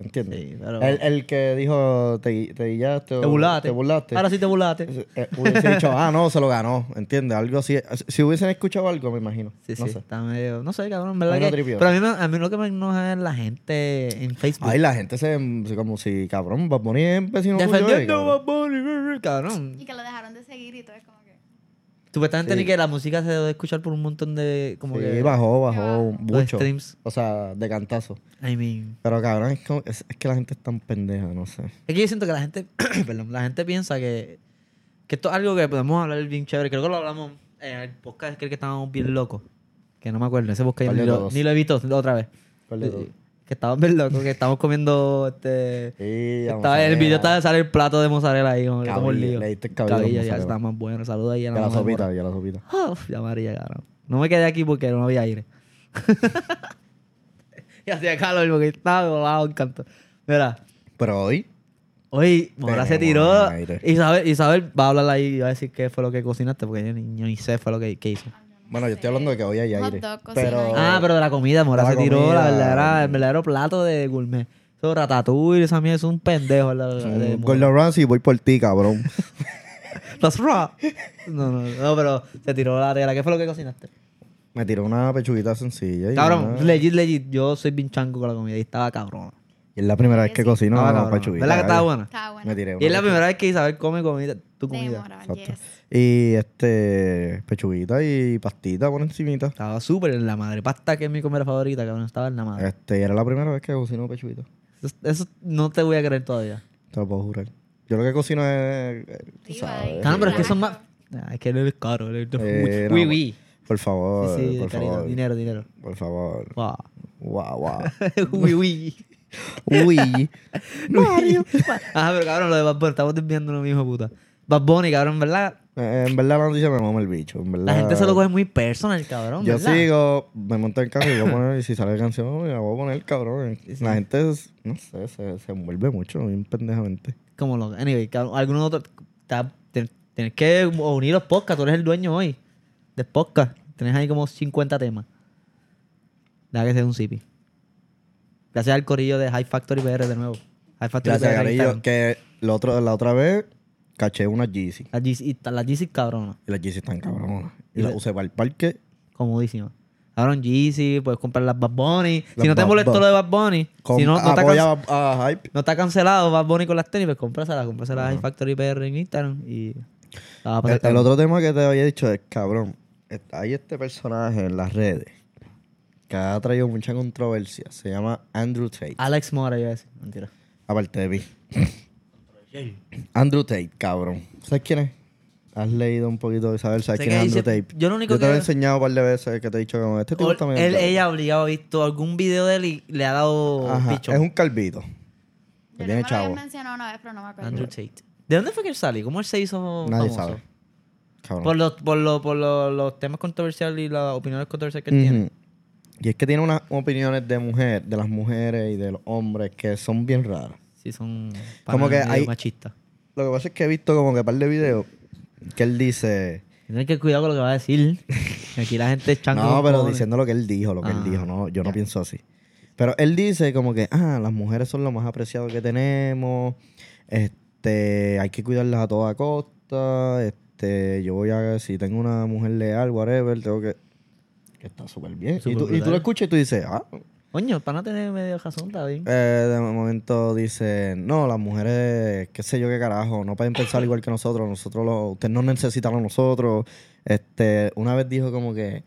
Speaker 2: ¿Entiendes?
Speaker 1: Sí, pero-
Speaker 2: el, el que dijo, te, te guillaste. o
Speaker 1: Te burlaste.
Speaker 2: Te burlaste.
Speaker 1: Ahora sí te burlaste.
Speaker 2: Eh, hubiese dicho, ah, no, se lo ganó. ¿Entiendes? Algo así. Si hubiesen escuchado algo, me imagino.
Speaker 1: Sí,
Speaker 2: no
Speaker 1: sí,
Speaker 2: sé.
Speaker 1: está medio... No sé, cabrón, en verdad
Speaker 2: Medio
Speaker 1: que...
Speaker 2: trippy,
Speaker 1: Pero a mí, me- a mí lo que me enoja es la gente en Facebook.
Speaker 2: Ay, la gente se. se- Como si, cabrón, Bad Bunny es vecino tuyo, eh,
Speaker 1: defendiendo a Bad
Speaker 2: cabrón.
Speaker 1: Bunny, brr, brr, cabrón.
Speaker 3: Y que lo dejaron de seguir y todo. Es como que.
Speaker 1: Supuestamente
Speaker 2: Sí.
Speaker 1: ni que la música se debe escuchar por un montón de... Como
Speaker 2: Sí,
Speaker 1: que...
Speaker 2: bajó, bajó
Speaker 3: bajó.
Speaker 1: los
Speaker 2: mucho.
Speaker 1: streams.
Speaker 2: O sea, de cantazo.
Speaker 1: I mean...
Speaker 2: Pero cabrón, es, como- es- es que la gente es tan pendeja, no sé.
Speaker 1: Es que yo siento que la gente... perdón, la gente piensa que... Que esto es algo que podemos hablar bien chévere. Creo que lo hablamos en el podcast que estábamos bien locos. Que no me acuerdo. Ese podcast
Speaker 2: ¿Cuál
Speaker 1: ni
Speaker 2: de
Speaker 1: lo,
Speaker 2: todos?
Speaker 1: ni lo he visto otra vez.
Speaker 2: ¿Cuál de todos?
Speaker 1: Que estábamos bien locos. Que estábamos comiendo este...
Speaker 2: Sí, vamos
Speaker 1: Estaba
Speaker 2: a
Speaker 1: en el
Speaker 2: ver.
Speaker 1: video estaba de salir el plato de mozzarella ahí, como que
Speaker 2: Cabilla,
Speaker 1: estamos lío.
Speaker 2: le diste el cabello
Speaker 1: Cabilla,
Speaker 2: de
Speaker 1: ya
Speaker 2: mozzarella.
Speaker 1: está más bueno. Saludos ahí a
Speaker 2: Ya
Speaker 1: la
Speaker 2: la
Speaker 1: mamá de Mora.
Speaker 2: sopita, ya la sopita.
Speaker 1: Uf, ya María, cabrón. No me quedé aquí porque no había aire. y hacía calor porque estaba volado, encanto. Mira,
Speaker 2: Pero hoy,
Speaker 1: hoy Mora se tiró.
Speaker 2: Tenemos aire.
Speaker 1: Isabel, Isabel va a hablar ahí y va a decir qué fue lo que cocinaste porque yo ni, yo ni sé fue lo que, que hizo.
Speaker 2: bueno, yo estoy hablando de que hoy hay
Speaker 3: Hot
Speaker 2: aire.
Speaker 3: dog, cocina,
Speaker 2: Pero,
Speaker 3: hay
Speaker 1: Ah, pero de la comida, Mora
Speaker 2: De la
Speaker 1: se tiró la
Speaker 2: comida.
Speaker 1: verdadera, el verdadero plato de gourmet. Eso ratatouille, esa mierda es un pendejo. La, la- de
Speaker 2: Mm,
Speaker 1: Mora.
Speaker 2: Gordon Ramsay, voy por ti, cabrón.
Speaker 1: That's raw. No, no, no, pero se tiró la tela. ¿Qué fue lo que cocinaste?
Speaker 2: Me tiró una pechuguita sencilla. Y
Speaker 1: Cabrón,
Speaker 2: una-
Speaker 1: legit, legit. Yo soy bien chanco con la comida y estaba cabrón.
Speaker 2: Y es la primera vez que cocino
Speaker 1: Estaba
Speaker 2: una
Speaker 1: cabrón.
Speaker 2: pechuguita. ¿eh?
Speaker 1: ¿Verdad que estaba
Speaker 2: gallo.
Speaker 1: buena?
Speaker 3: Está bueno.
Speaker 2: Ah, Me tiré una
Speaker 1: Y es la
Speaker 2: pechuguita,
Speaker 1: primera vez que Isabel come comida, tu comida.
Speaker 3: Demora,
Speaker 2: exacto.
Speaker 3: yes.
Speaker 2: Y este, pechuguita y pastita por encimita.
Speaker 1: Estaba súper en la madre. Pasta que es mi comida favorita, cabrón. Estaba en la madre.
Speaker 2: Este, y era la primera vez que cocino pechuguita.
Speaker 1: Eso, eso no te voy a creer todavía.
Speaker 2: Te lo puedo jurar. Yo lo que cocino es... eh, tú
Speaker 3: Sí,
Speaker 2: sabes.
Speaker 3: bye.
Speaker 1: Cabrón, pero es que son más...
Speaker 3: Exacto.
Speaker 1: Ah, es que él es caro. Él es
Speaker 2: Eh,
Speaker 1: oui,
Speaker 2: no,
Speaker 1: oui.
Speaker 2: Por favor,
Speaker 1: Sí, sí,
Speaker 2: por
Speaker 1: carita,
Speaker 2: favor.
Speaker 1: Dinero, dinero.
Speaker 2: Por favor.
Speaker 1: Wow.
Speaker 2: Guau, guau.
Speaker 1: oui, oui.
Speaker 2: Uy.
Speaker 1: Mario. Ajá, Ah, pero cabrón, lo de Bad Bunny. Estamos desviando lo mismo, puta. Bad Bunny, cabrón, ¿verdad?
Speaker 2: Eh, en verdad la noticia me mama el bicho. En verdad.
Speaker 1: La gente se lo coge muy personal, cabrón.
Speaker 2: Yo
Speaker 1: ¿verdad?
Speaker 2: sigo, me monto en carro y voy a poner, y si sale la canción, me la voy a poner, cabrón. La gente, es- no sé, se, se envuelve mucho, bien pendejamente.
Speaker 1: Como lo. Anyway, cabrón, alguno otro. ta- ten- Tienes que unir los podcasts. Tú eres el dueño hoy. De podcast. Tienes ahí como 50 temas. Deja que sea un zipi. Gracias al corillo de High Factory PR de nuevo. High Factory
Speaker 2: Gracias,
Speaker 1: PR. en
Speaker 2: Garillo,
Speaker 1: Instagram.
Speaker 2: que la otra, la otra vez caché una Yeezy.
Speaker 1: Las GC y ta- Las GC cabronas.
Speaker 2: Y las Yeezy están cabronas.
Speaker 1: Y
Speaker 2: Y las
Speaker 1: la-
Speaker 2: usé para el parque.
Speaker 1: Comodísimas. Cabrón, GC, puedes comprar las Bad Bunny. si
Speaker 2: Las
Speaker 1: no te
Speaker 2: Bad
Speaker 1: molestó
Speaker 2: Bunny.
Speaker 1: lo de Bad Bunny,
Speaker 2: Con,
Speaker 1: si no, no te ha
Speaker 2: apoya a, a Hype.
Speaker 1: no está cancelado Bad Bunny con las tenis, pues cómpraselas, cómpraselas a High Factory PR en Instagram y la vas a pasar
Speaker 2: El, el
Speaker 1: cabrón.
Speaker 2: otro tema que te había dicho es, cabrón, est- hay este personaje en las redes que ha traído mucha controversia. Se llama Andrew Tate.
Speaker 1: Alex Mora, yo iba a decir. Mentira.
Speaker 2: Este Aparte de mí. Andrew Tate, cabrón. ¿Sabes quién es? Has leído un poquito de saber, ¿sabes
Speaker 1: Sé
Speaker 2: quién es
Speaker 1: que
Speaker 2: Andrew
Speaker 1: dice-
Speaker 2: Tate?
Speaker 1: yo lo único
Speaker 2: te lo he
Speaker 1: que-
Speaker 2: enseñado un par de veces que te he dicho que este tipo
Speaker 1: O-
Speaker 2: está medio
Speaker 1: él,
Speaker 2: claro.
Speaker 1: ella obligado ha visto algún video de él y le ha dado
Speaker 2: Ajá,
Speaker 1: picho.
Speaker 2: Es un calvito.
Speaker 3: Yo
Speaker 2: Que
Speaker 3: no
Speaker 2: tiene
Speaker 3: me lo habían
Speaker 2: chavo.
Speaker 3: mencionado una vez, pero no me acuerdo.
Speaker 1: Andrew Tate. ¿De dónde fue que él salió? ¿Cómo él se hizo
Speaker 2: Nadie
Speaker 1: famoso?
Speaker 2: sabe. Cabrón.
Speaker 1: Por, los, por, los, por los, los temas controversiales y las opiniones controversiales que él tiene.
Speaker 2: Ujú. Y es que tiene unas opiniones de mujer, de las mujeres y de los hombres que son bien raras.
Speaker 1: Sí, son
Speaker 2: Como que
Speaker 1: panas medio
Speaker 2: hay-
Speaker 1: machistas.
Speaker 2: Lo que pasa es que he visto como que un par de videos que él dice.
Speaker 1: Tienes que cuidar con lo que va a decir. Aquí la gente es chanca
Speaker 2: No,
Speaker 1: con
Speaker 2: pero
Speaker 1: cojones.
Speaker 2: diciendo lo que él dijo, lo que
Speaker 1: Ah,
Speaker 2: él dijo, no, yo no pienso así. Pero él dice como que, ah, las mujeres son lo más apreciado que tenemos, este, hay que cuidarlas a toda costa, este, yo voy a, si tengo una mujer leal, whatever, tengo que... Que está súper bien.
Speaker 1: Súper
Speaker 2: y, tú, y tú
Speaker 1: brutal.
Speaker 2: lo escuchas y tú dices, ah,
Speaker 1: Coño, para no tener medio razón, está bien.
Speaker 2: eh, de momento dice, no, las mujeres, qué sé yo qué carajo, no pueden pensar igual que nosotros, nosotros lo, ustedes no necesitan a nosotros. Este, una vez dijo como que,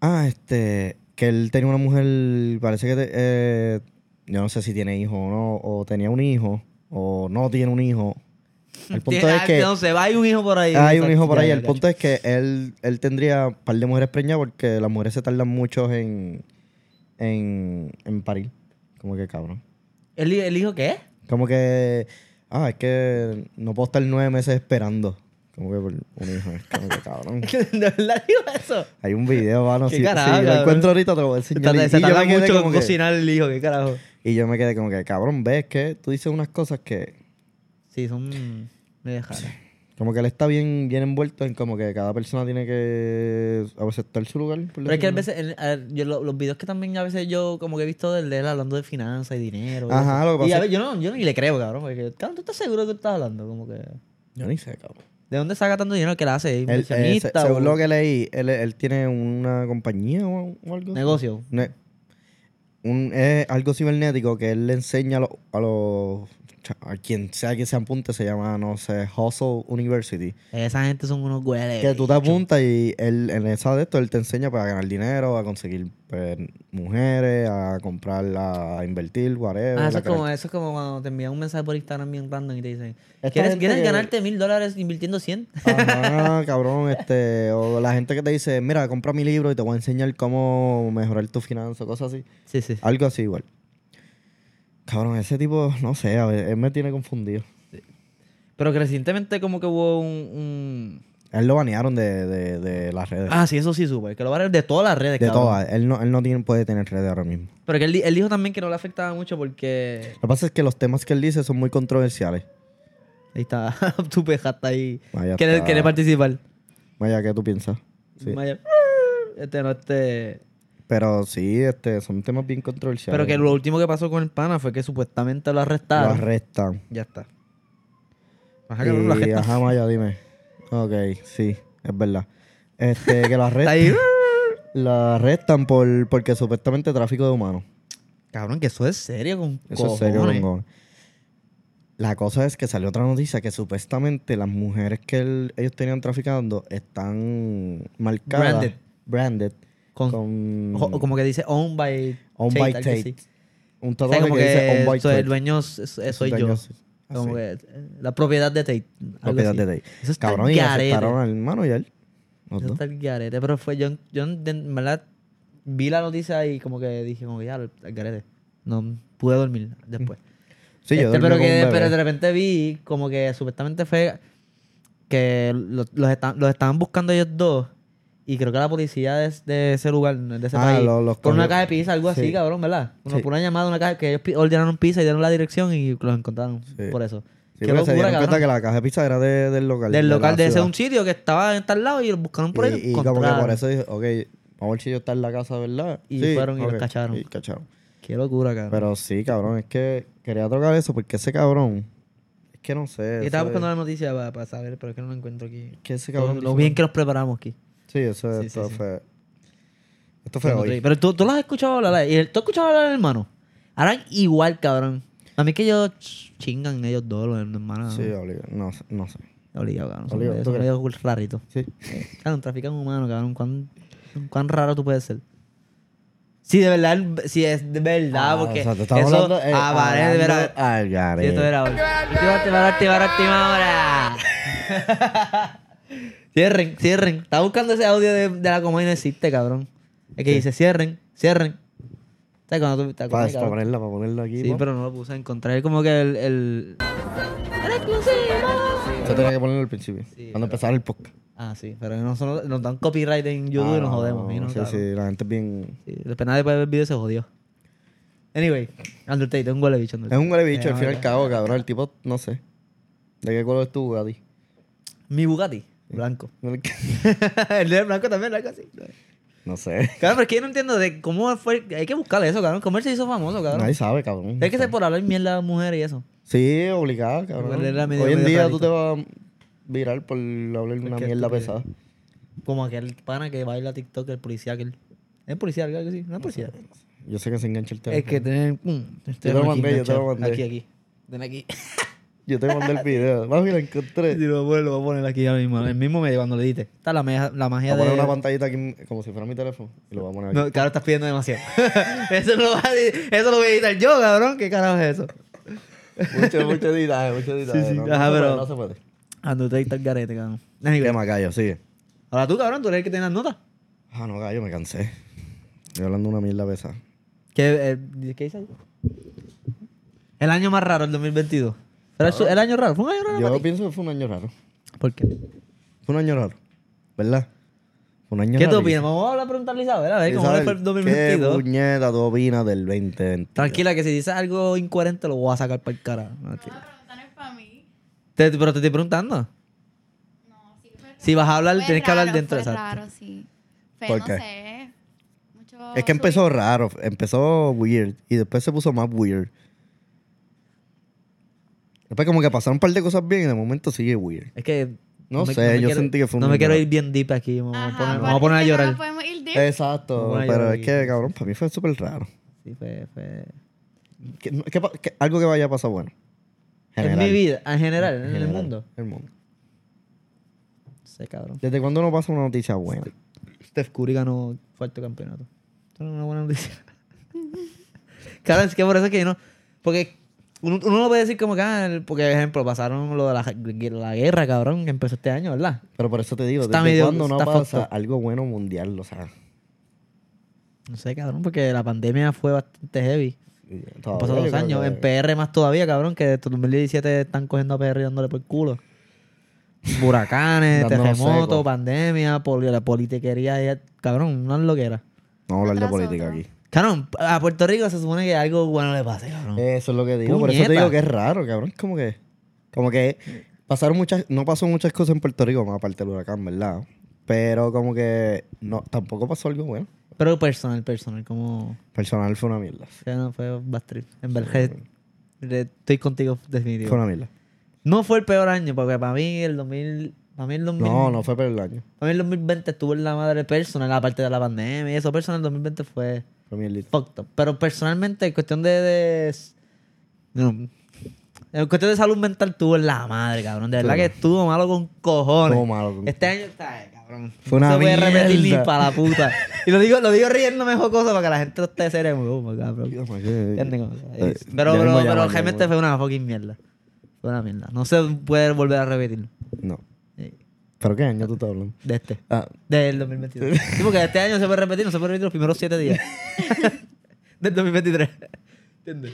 Speaker 2: ah, este, que él tenía una mujer, parece que, te- eh, yo no sé si tiene hijo o no, o tenía un hijo, o no tiene un hijo. El punto
Speaker 1: Tiene-
Speaker 2: es que
Speaker 1: Ah, No sé, va, hay un hijo por ahí.
Speaker 2: hay un hijo por
Speaker 1: Ya,
Speaker 2: ahí.
Speaker 1: ya,
Speaker 2: El
Speaker 1: ya.
Speaker 2: punto es que él, él tendría un par de mujeres preñadas porque las mujeres se tardan mucho en, en, en parir. Como que cabrón.
Speaker 1: ¿El, hi- el hijo qué?
Speaker 2: Como que, ah, es que no puedo estar nueve meses esperando. Como que por un hijo, es como que cabrón.
Speaker 1: ¿De verdad digo eso?
Speaker 2: Hay un video, mano.
Speaker 1: Qué
Speaker 2: Si, si
Speaker 1: carajo,
Speaker 2: lo
Speaker 1: cabrón.
Speaker 2: encuentro ahorita te lo voy a
Speaker 1: Se
Speaker 2: enseñar.
Speaker 1: tarda,
Speaker 2: Y-
Speaker 1: se
Speaker 2: y yo
Speaker 1: tarda
Speaker 2: me quedé
Speaker 1: mucho
Speaker 2: como
Speaker 1: en
Speaker 2: que-
Speaker 1: cocinar el hijo, qué carajo.
Speaker 2: Y yo me quedé como que, cabrón, ves que tú dices unas cosas que
Speaker 1: Sí, son medio jaras.
Speaker 2: Como que él está bien, bien envuelto en como que cada persona tiene que aceptar su lugar. por
Speaker 1: Pero es que a
Speaker 2: decirlo.
Speaker 1: veces, el- a ver, yo lo- los videos que también a veces yo como que he visto del de él hablando de finanzas y dinero. y
Speaker 2: Ajá,
Speaker 1: eso.
Speaker 2: lo que
Speaker 1: Y a
Speaker 2: pasa
Speaker 1: ver, yo no, yo ni le creo, cabrón, porque cabrón, tú estás seguro de que estás hablando, como que.
Speaker 2: Yo ni sé, cabrón.
Speaker 1: ¿De dónde saca tanto dinero que la hace?
Speaker 2: Él, eh, se-
Speaker 1: ¿Inversionista
Speaker 2: según
Speaker 1: o
Speaker 2: lo que leí, él, él tiene una compañía o, o algo. así.
Speaker 1: negocio?
Speaker 2: Ne- un, es algo cibernético que él le enseña a los... A, los- a quien sea que se apunte, se llama, no sé, Hustle University.
Speaker 1: Esa gente son unos güeyes.
Speaker 2: Que tú te apuntas y él, en esa de esto, él te enseña para ganar dinero, a conseguir pues, mujeres, a comprar, a invertir, whatever.
Speaker 1: Ah, eso
Speaker 2: la
Speaker 1: es, como,
Speaker 2: cara-
Speaker 1: eso es como cuando te envían un mensaje por Instagram bien random y te dicen,
Speaker 2: Esta
Speaker 1: ¿quieres,
Speaker 2: gente
Speaker 1: quieres
Speaker 2: que-
Speaker 1: ganarte mil dólares invirtiendo 100?
Speaker 2: Ajá, cabrón, este, o la gente que te dice, mira, compra mi libro y te voy a enseñar cómo mejorar tu finanzas, cosas así.
Speaker 1: Sí, sí.
Speaker 2: Algo así igual. Cabrón, ese tipo, no sé, a ver, él me tiene confundido.
Speaker 1: Pero que recientemente como que hubo un... un-
Speaker 2: Él lo banearon de, de, de las redes.
Speaker 1: Ah, sí, eso sí supe. Que lo van a de todas las redes,
Speaker 2: de
Speaker 1: cabrón.
Speaker 2: todas. Él no, él no tiene, puede tener redes ahora mismo.
Speaker 1: Pero que él, di- él dijo también que no le afectaba mucho porque...
Speaker 2: Lo que pasa es que los temas que él dice son muy controversiales.
Speaker 1: Ahí está, tu pejata ahí.
Speaker 2: Vaya
Speaker 1: ¿Quiere,
Speaker 2: está.
Speaker 1: quiere participar?
Speaker 2: Vaya, ¿qué tú piensas? Sí.
Speaker 1: Vaya. Este no, este...
Speaker 2: Pero sí, este, son temas bien controversiales.
Speaker 1: Pero que lo último que pasó con el pana fue que supuestamente lo
Speaker 2: Lo
Speaker 1: arrestaron.
Speaker 2: arrestan.
Speaker 1: ya está. Ajá, cabrón, lo
Speaker 2: Y,
Speaker 1: arrestan.
Speaker 2: ajá, Maya, dime. Ok, sí, es verdad. Este, que
Speaker 1: Está
Speaker 2: lo arrestan.
Speaker 1: ahí.
Speaker 2: La arrestan por, porque supuestamente tráfico de humanos.
Speaker 1: Cabrón, que eso es serio con
Speaker 2: Eso es serio,
Speaker 1: cojones.
Speaker 2: Rongón. La cosa es que salió otra noticia que supuestamente las mujeres que él- ellos tenían traficando están marcadas.
Speaker 1: Branded.
Speaker 2: branded,
Speaker 1: Con-
Speaker 2: con
Speaker 1: O- o como que dice owned by
Speaker 2: Owned
Speaker 1: Tate,
Speaker 2: by
Speaker 1: algo así.
Speaker 2: Tate. un
Speaker 1: O sea,
Speaker 2: tatuaje
Speaker 1: como
Speaker 2: que,
Speaker 1: que,
Speaker 2: dice On by
Speaker 1: soy el
Speaker 2: Tate".
Speaker 1: dueño, s- s-
Speaker 2: Es
Speaker 1: soy
Speaker 2: el
Speaker 1: yo.
Speaker 2: dueño, sí.
Speaker 1: Como
Speaker 2: Así.
Speaker 1: que eh, la propiedad de Tate. algo
Speaker 2: Propiedad
Speaker 1: así.
Speaker 2: de Tate.
Speaker 1: Eso está
Speaker 2: Cabrón,
Speaker 1: Cabrón,
Speaker 2: y
Speaker 1: garete.
Speaker 2: aceptaron al hermano y a él. los
Speaker 1: Eso
Speaker 2: dos.
Speaker 1: está el garete. Pero fue, yo, yo de- en verdad vi la noticia y como que dije, como que ya, el garete. No pude dormir después.
Speaker 2: Sí, yo
Speaker 1: Este,
Speaker 2: dormí
Speaker 1: pero,
Speaker 2: con
Speaker 1: que,
Speaker 2: un
Speaker 1: pero de
Speaker 2: bebé.
Speaker 1: repente vi como que supuestamente fue que lo- los, esta- los estaban buscando ellos dos y creo que la policía de, de ese lugar, de ese
Speaker 2: Ah,
Speaker 1: país,
Speaker 2: lo- los
Speaker 1: por una
Speaker 2: cogió.
Speaker 1: caja de pizza, algo así,
Speaker 2: Sí.
Speaker 1: cabrón, ¿verdad? Una,
Speaker 2: Sí.
Speaker 1: Por una llamada, una caja que ellos pi- ordenaron pizza y dieron la dirección y los encontraron
Speaker 2: Sí.
Speaker 1: por eso.
Speaker 2: Sí,
Speaker 1: Qué
Speaker 2: porque se
Speaker 1: locura,
Speaker 2: dieron cuenta
Speaker 1: cabrón.
Speaker 2: que la caja de pizza era de- del local.
Speaker 1: Del
Speaker 2: la
Speaker 1: local de ese
Speaker 2: ciudad.
Speaker 1: un sitio que estaba en tal lado y los buscaron por ahí.
Speaker 2: Y, y como que por
Speaker 1: encontraron.
Speaker 2: eso dije, ok, vamos a ver si yo está en la casa, ¿verdad?
Speaker 1: Y fueron y los
Speaker 2: ok.
Speaker 1: cacharon.
Speaker 2: Y cacharon.
Speaker 1: Qué locura, cabrón.
Speaker 2: Pero sí, cabrón, es que quería tocar eso porque ese cabrón, es que no sé.
Speaker 1: Y estaba
Speaker 2: eso es-
Speaker 1: buscando la noticia para, para saber, pero es que no la encuentro aquí.
Speaker 2: que ese
Speaker 1: Lo,
Speaker 2: cabrón
Speaker 1: lo
Speaker 2: hizo-
Speaker 1: bien que nos preparamos aquí.
Speaker 2: Sí, eso
Speaker 1: Sí,
Speaker 2: esto
Speaker 1: sí, sí.
Speaker 2: fue. Esto fue
Speaker 1: Pero
Speaker 2: hoy.
Speaker 1: Pero tú, tú lo has escuchado hablar. ¿eh? Y el- tú has escuchado hablar al hermano. Harán igual, cabrón. A mí es que ellos ch- chingan ellos dos, los hermanos.
Speaker 2: Sí, obligado. No, sé- no sé.
Speaker 1: Obligado, cabrón. Son
Speaker 2: Obligado,
Speaker 1: medio-
Speaker 2: ¿tú
Speaker 1: son medio raritos.
Speaker 2: Sí.
Speaker 1: Cabrón, trafican humanos, cabrón. ¿Cuán, cuán raro tú puedes ser? Sí, de verdad, el- sí, es de verdad, porque.
Speaker 2: Ah, o sea, te estamos
Speaker 1: eso,
Speaker 2: hablando. eh,
Speaker 1: ah, vale, de
Speaker 2: hablando
Speaker 1: verdad.
Speaker 2: al
Speaker 1: Sí,
Speaker 2: garete.
Speaker 1: esto era hoy. Activa, activa, activa, activa ahora. cierren, cierren. Estaba buscando ese audio de, de la comedia y no existe, cabrón. Es que dice cierren, cierren. ¿Sabes cuando tú te
Speaker 2: Para,
Speaker 1: acuerdas,
Speaker 2: para
Speaker 1: cabrón?
Speaker 2: ponerla, para ponerla aquí.
Speaker 1: Sí,
Speaker 2: ¿no?
Speaker 1: pero no lo puse a encontrar. Es como que el. el...
Speaker 2: Eso tenía que ponerlo al principio. cuando empezara el podcast.
Speaker 1: Ah, sí, pero nosotros nos dan copyright en YouTube y
Speaker 2: Ah,
Speaker 1: nos jodemos.
Speaker 2: no,
Speaker 1: y no,
Speaker 2: sí,
Speaker 1: cabrón.
Speaker 2: sí, la gente es bien.
Speaker 1: Sí, después nadie puede ver el video y se jodió. Anyway, Undertaker, un huele bicho.
Speaker 2: Es un huele bicho,
Speaker 1: Eh,
Speaker 2: al fin y al cabo, cabrón. El tipo, no sé. ¿De qué color es tu Bugatti?
Speaker 1: Mi Bugatti, blanco. el de blanco también, blanco así.
Speaker 2: No sé.
Speaker 1: Claro, pero es que yo no entiendo de cómo fue. Hay que buscarle eso, cabrón. ¿Cómo él se hizo famoso, cabrón?
Speaker 2: Nadie sabe, cabrón.
Speaker 1: Es que se por hablar mierda a las mujeres y eso.
Speaker 2: Sí, obligado, cabrón.
Speaker 1: Igual era medio-
Speaker 2: Hoy en
Speaker 1: medio
Speaker 2: día
Speaker 1: rarito.
Speaker 2: tú te vas a virar por hablar una
Speaker 1: que este
Speaker 2: mierda
Speaker 1: estupidez.
Speaker 2: pesada.
Speaker 1: Como aquel pana que baila TikTok, el policía aquel. ¿Es policía algo así? ¿No es policía?
Speaker 2: Yo sé que se engancha el teléfono.
Speaker 1: Es que tener... pum, este
Speaker 2: Yo te lo
Speaker 1: aquí
Speaker 2: mandé, yo te
Speaker 1: enganchado.
Speaker 2: lo mandé.
Speaker 1: Aquí, aquí. Ven aquí.
Speaker 2: Yo te mandé el video. Más bien lo encontré.
Speaker 1: Sí, lo, voy- lo voy a poner aquí ahora mismo. El mismo medio cuando le diste. Está la, meja- la
Speaker 2: Voy a
Speaker 1: magia de...
Speaker 2: poner una pantallita aquí como si fuera mi teléfono. Y lo voy a poner aquí.
Speaker 1: No, claro, estás pidiendo demasiado. eso, no lo vas a di- eso lo voy a editar yo, cabrón. ¿Qué carajo es eso?
Speaker 2: Mucho, mucho editaje, mucho editaje.
Speaker 1: sí,
Speaker 2: No,
Speaker 1: ajá,
Speaker 2: no se
Speaker 1: pero-
Speaker 2: puede, no se puede.
Speaker 1: Undertaker garete, cabrón.
Speaker 2: ¿Qué
Speaker 1: Anyway,
Speaker 2: más, Gallo? Sigue.
Speaker 1: Ahora tú, cabrón, tú eres el que tiene las notas.
Speaker 2: Ah, no, Gallo, me cansé. Estoy hablando una mierda pesada.
Speaker 1: ¿Qué, eh, ¿qué dice ahí? El año más raro, el 2022. Pero eso- el año raro, fue un año raro.
Speaker 2: Yo
Speaker 1: para ti?
Speaker 2: pienso que fue un año raro.
Speaker 1: ¿Por qué?
Speaker 2: Fue un año raro. ¿Verdad? Fue un año
Speaker 1: ¿Qué
Speaker 2: raro.
Speaker 1: tú opinas? Vamos a hablar a preguntarle a Isabel, a ver cómo le fue el 2022.
Speaker 2: ¿Qué puñeta tú opinas del 2020?
Speaker 1: Tranquila, que si dices algo incoherente lo voy a sacar para el cara.
Speaker 3: No, la pregunta no es para mí.
Speaker 1: Te- pero te estoy preguntando. Si vas a hablar,
Speaker 3: Fue
Speaker 1: tienes que hablar
Speaker 3: raro,
Speaker 1: dentro de
Speaker 3: fue
Speaker 1: exacto.
Speaker 3: raro, sí. Fue,
Speaker 2: ¿Por
Speaker 3: no
Speaker 2: qué?
Speaker 3: sé. mucho
Speaker 2: Es que empezó
Speaker 3: subir-
Speaker 2: raro, empezó weird y después se puso más weird. Después como que pasaron un par de cosas bien y de momento sigue weird.
Speaker 1: Es que.
Speaker 2: No
Speaker 1: me-
Speaker 2: sé,
Speaker 1: me
Speaker 2: yo
Speaker 1: quiero-
Speaker 2: sentí que fue un
Speaker 1: No me quiero
Speaker 2: milagro.
Speaker 1: ir bien deep aquí. Vamos a
Speaker 3: Ajá,
Speaker 1: poner,
Speaker 3: por
Speaker 1: vamos a poner a
Speaker 3: eso que no
Speaker 1: llorar.
Speaker 3: nos podemos ir deep.
Speaker 2: Eh. Exacto,
Speaker 1: Bueno,
Speaker 2: pero
Speaker 1: yo-
Speaker 2: es que cabrón, para mí fue súper raro.
Speaker 1: Sí, fue. fue-
Speaker 2: Que- no- que pa- que- algo que vaya a pasar bueno.
Speaker 1: En
Speaker 2: General.
Speaker 1: mi vida, en general, en, el
Speaker 2: General.
Speaker 1: mundo.
Speaker 2: El mundo.
Speaker 1: No sé, cabrón.
Speaker 2: ¿Desde cuándo no pasa una noticia buena?
Speaker 1: Steph Curry ganó cuarto campeonato. Esto no es una buena noticia. claro, es que por eso es que yo no. Porque uno, uno no puede decir como que. ah, el- porque, por ejemplo, pasaron lo de la, la guerra, cabrón, que empezó este año, ¿verdad?
Speaker 2: Pero por eso te digo,
Speaker 1: Está
Speaker 2: ¿desde
Speaker 1: medio-
Speaker 2: cuándo no
Speaker 1: está
Speaker 2: pasa
Speaker 1: fucked up.
Speaker 2: algo bueno mundial? O sea,
Speaker 1: No sé, cabrón, porque la pandemia fue bastante heavy. Han
Speaker 2: todavía
Speaker 1: pasado
Speaker 2: yo
Speaker 1: dos
Speaker 2: creo
Speaker 1: años.
Speaker 2: que-
Speaker 1: En PR más todavía, cabrón, que desde 2017 están cogiendo a PR y dándole por culo. Huracanes,
Speaker 2: Dándonos
Speaker 1: terremotos,
Speaker 2: seco.
Speaker 1: pandemia, porque la politiquería, ya- cabrón, no es lo que era.
Speaker 2: Vamos a hablar de
Speaker 3: Atrás
Speaker 2: política
Speaker 3: otro.
Speaker 2: aquí.
Speaker 1: Cabrón, a Puerto Rico se supone que algo bueno le pase, cabrón.
Speaker 2: Eso es lo que digo. Por eso te
Speaker 1: Puñeta.
Speaker 2: digo que es raro, cabrón. Es como que. Como que pasaron muchas. No pasó muchas cosas en Puerto Rico, más aparte del huracán, ¿verdad? Pero como que. No, tampoco pasó algo bueno.
Speaker 1: Pero personal, personal, como.
Speaker 2: Personal fue una mierda.
Speaker 1: o sea, no fue bad trip. En verdad, re- estoy contigo
Speaker 2: Fue
Speaker 1: definitivo.
Speaker 2: una mierda.
Speaker 1: No fue el peor año, porque para mí el 2000. Para mí el 2000.
Speaker 2: No, no fue por el año.
Speaker 1: Para mí el 2020 estuvo en la madre personal, aparte de la pandemia y eso. Personal, el 2020 fue.
Speaker 2: Fue mierdita.
Speaker 1: fucked up. Pero personalmente, en cuestión de. de- no, en cuestión de salud mental, tuvo en la madre, cabrón. De verdad que estuvo malo con cojones.
Speaker 2: Estuvo malo con-
Speaker 1: Este año está, eh, cabrón.
Speaker 2: Fue
Speaker 1: no
Speaker 2: una
Speaker 1: se puede repetir ni
Speaker 2: mierda.
Speaker 1: para la puta. Y lo digo, lo digo riéndome jocoso para que la gente no esté seria. como, "Oh, my God, cabrón.
Speaker 2: Dios, man,
Speaker 1: ¿Entienden?
Speaker 2: que-
Speaker 1: O sea,
Speaker 2: Eh,
Speaker 1: es- Pero, pero,
Speaker 2: ya mismo ya
Speaker 1: pero
Speaker 2: vamos,
Speaker 1: realmente fue una fucking mierda. Fue una mierda. No se puede volver a repetir.
Speaker 2: No.
Speaker 1: Eh,
Speaker 2: ¿Pero qué año tú estás hablando?
Speaker 1: De este.
Speaker 2: Ah,
Speaker 1: Del 2022. Sí, porque este año se puede repetir, no se puede repetir los primeros siete días. Del 2023. ¿Entiendes?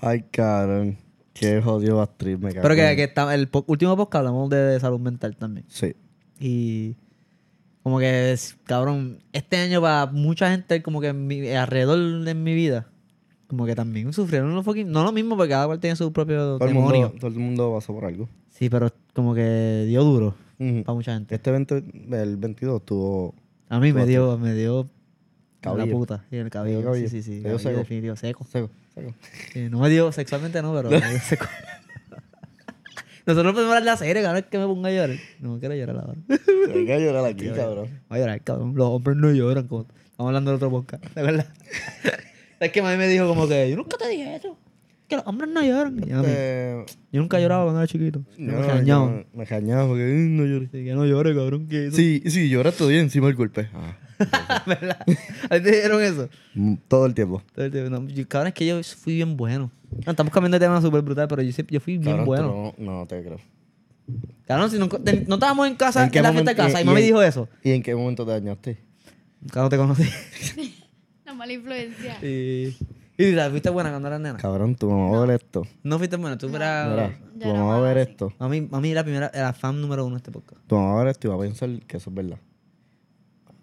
Speaker 2: ay, cabrón. Qué jodido actriz, me cago.
Speaker 1: Pero que,
Speaker 2: en-
Speaker 1: que está- el po- último podcast hablamos de, de salud mental también.
Speaker 2: Sí.
Speaker 1: Y como que, es- cabrón, este año para mucha gente como que en mi- alrededor de mi vida, como que también sufrieron los fucking... No lo mismo porque cada cual tiene su propio
Speaker 2: Todo el,
Speaker 1: demonio.
Speaker 2: mundo, todo el mundo pasó por algo.
Speaker 1: Sí, pero como que dio duro
Speaker 2: Ujú.
Speaker 1: para mucha gente.
Speaker 2: Este evento, el 22, tuvo
Speaker 1: A mí me dio, me dio la
Speaker 2: Cabello.
Speaker 1: puta y el cabello.
Speaker 2: cabello.
Speaker 1: Sí, sí, sí.
Speaker 2: Te dio
Speaker 1: cabello
Speaker 2: seco.
Speaker 1: definitivo, seco.
Speaker 2: Seco, seco.
Speaker 1: Sí, no me dio sexualmente, no, pero me dio seco. Nosotros podemos hablar de la serie, cabrón, es que me ponga a llorar. No quiero llorar ahora.
Speaker 2: Hay que llorar aquí, cabrón.
Speaker 1: Voy a llorar, cabrón. Los hombres no lloran. Como... Estamos hablando de otro podcast, ¿de verdad? es que mami me dijo como que yo nunca te dije eso. Que los hombres no lloran. Y mami,
Speaker 2: Eh,
Speaker 1: yo nunca lloraba cuando era chiquito. Yo me
Speaker 2: no,
Speaker 1: engañaban.
Speaker 2: yo me jañaba porque "Ay, no lloré.
Speaker 1: Así que no llores, cabrón. Que eso...
Speaker 2: Sí, sí, lloré todo el día encima del golpe.
Speaker 1: ¿Verdad? ¿A ti te dijeron eso?
Speaker 2: Ah, Mm, Todo el tiempo.
Speaker 1: Todo el tiempo, no, yo- cabrón, es que yo fui bien bueno. No, estamos cambiando de tema súper brutal, pero yo, siempre- yo fui bien
Speaker 2: Cabrón,
Speaker 1: bueno.
Speaker 2: tú No, no te creo.
Speaker 1: Cabrón, si no, te- no estábamos en casa,
Speaker 2: ¿En
Speaker 1: en,
Speaker 2: qué
Speaker 1: la fiesta de
Speaker 2: momento-
Speaker 1: casa, y,
Speaker 2: y-
Speaker 1: mami
Speaker 2: y-
Speaker 1: dijo eso.
Speaker 2: ¿Y en qué momento te dañaste?
Speaker 1: Claro, te conocí.
Speaker 3: La mala influencia.
Speaker 1: y, y la fuiste buena cuando eras nena.
Speaker 2: Ah. Cabrón, tu mamá va a ver esto.
Speaker 1: No fuiste buena, tú
Speaker 2: Mira,
Speaker 1: eras...
Speaker 3: Yo
Speaker 2: tu
Speaker 3: era
Speaker 2: mamá va a ver
Speaker 3: mala, sí.
Speaker 2: esto.
Speaker 1: Mami, mami era la primera, era fan número uno de este podcast.
Speaker 2: Tu mamá va a ver esto y va a pensar que eso es verdad.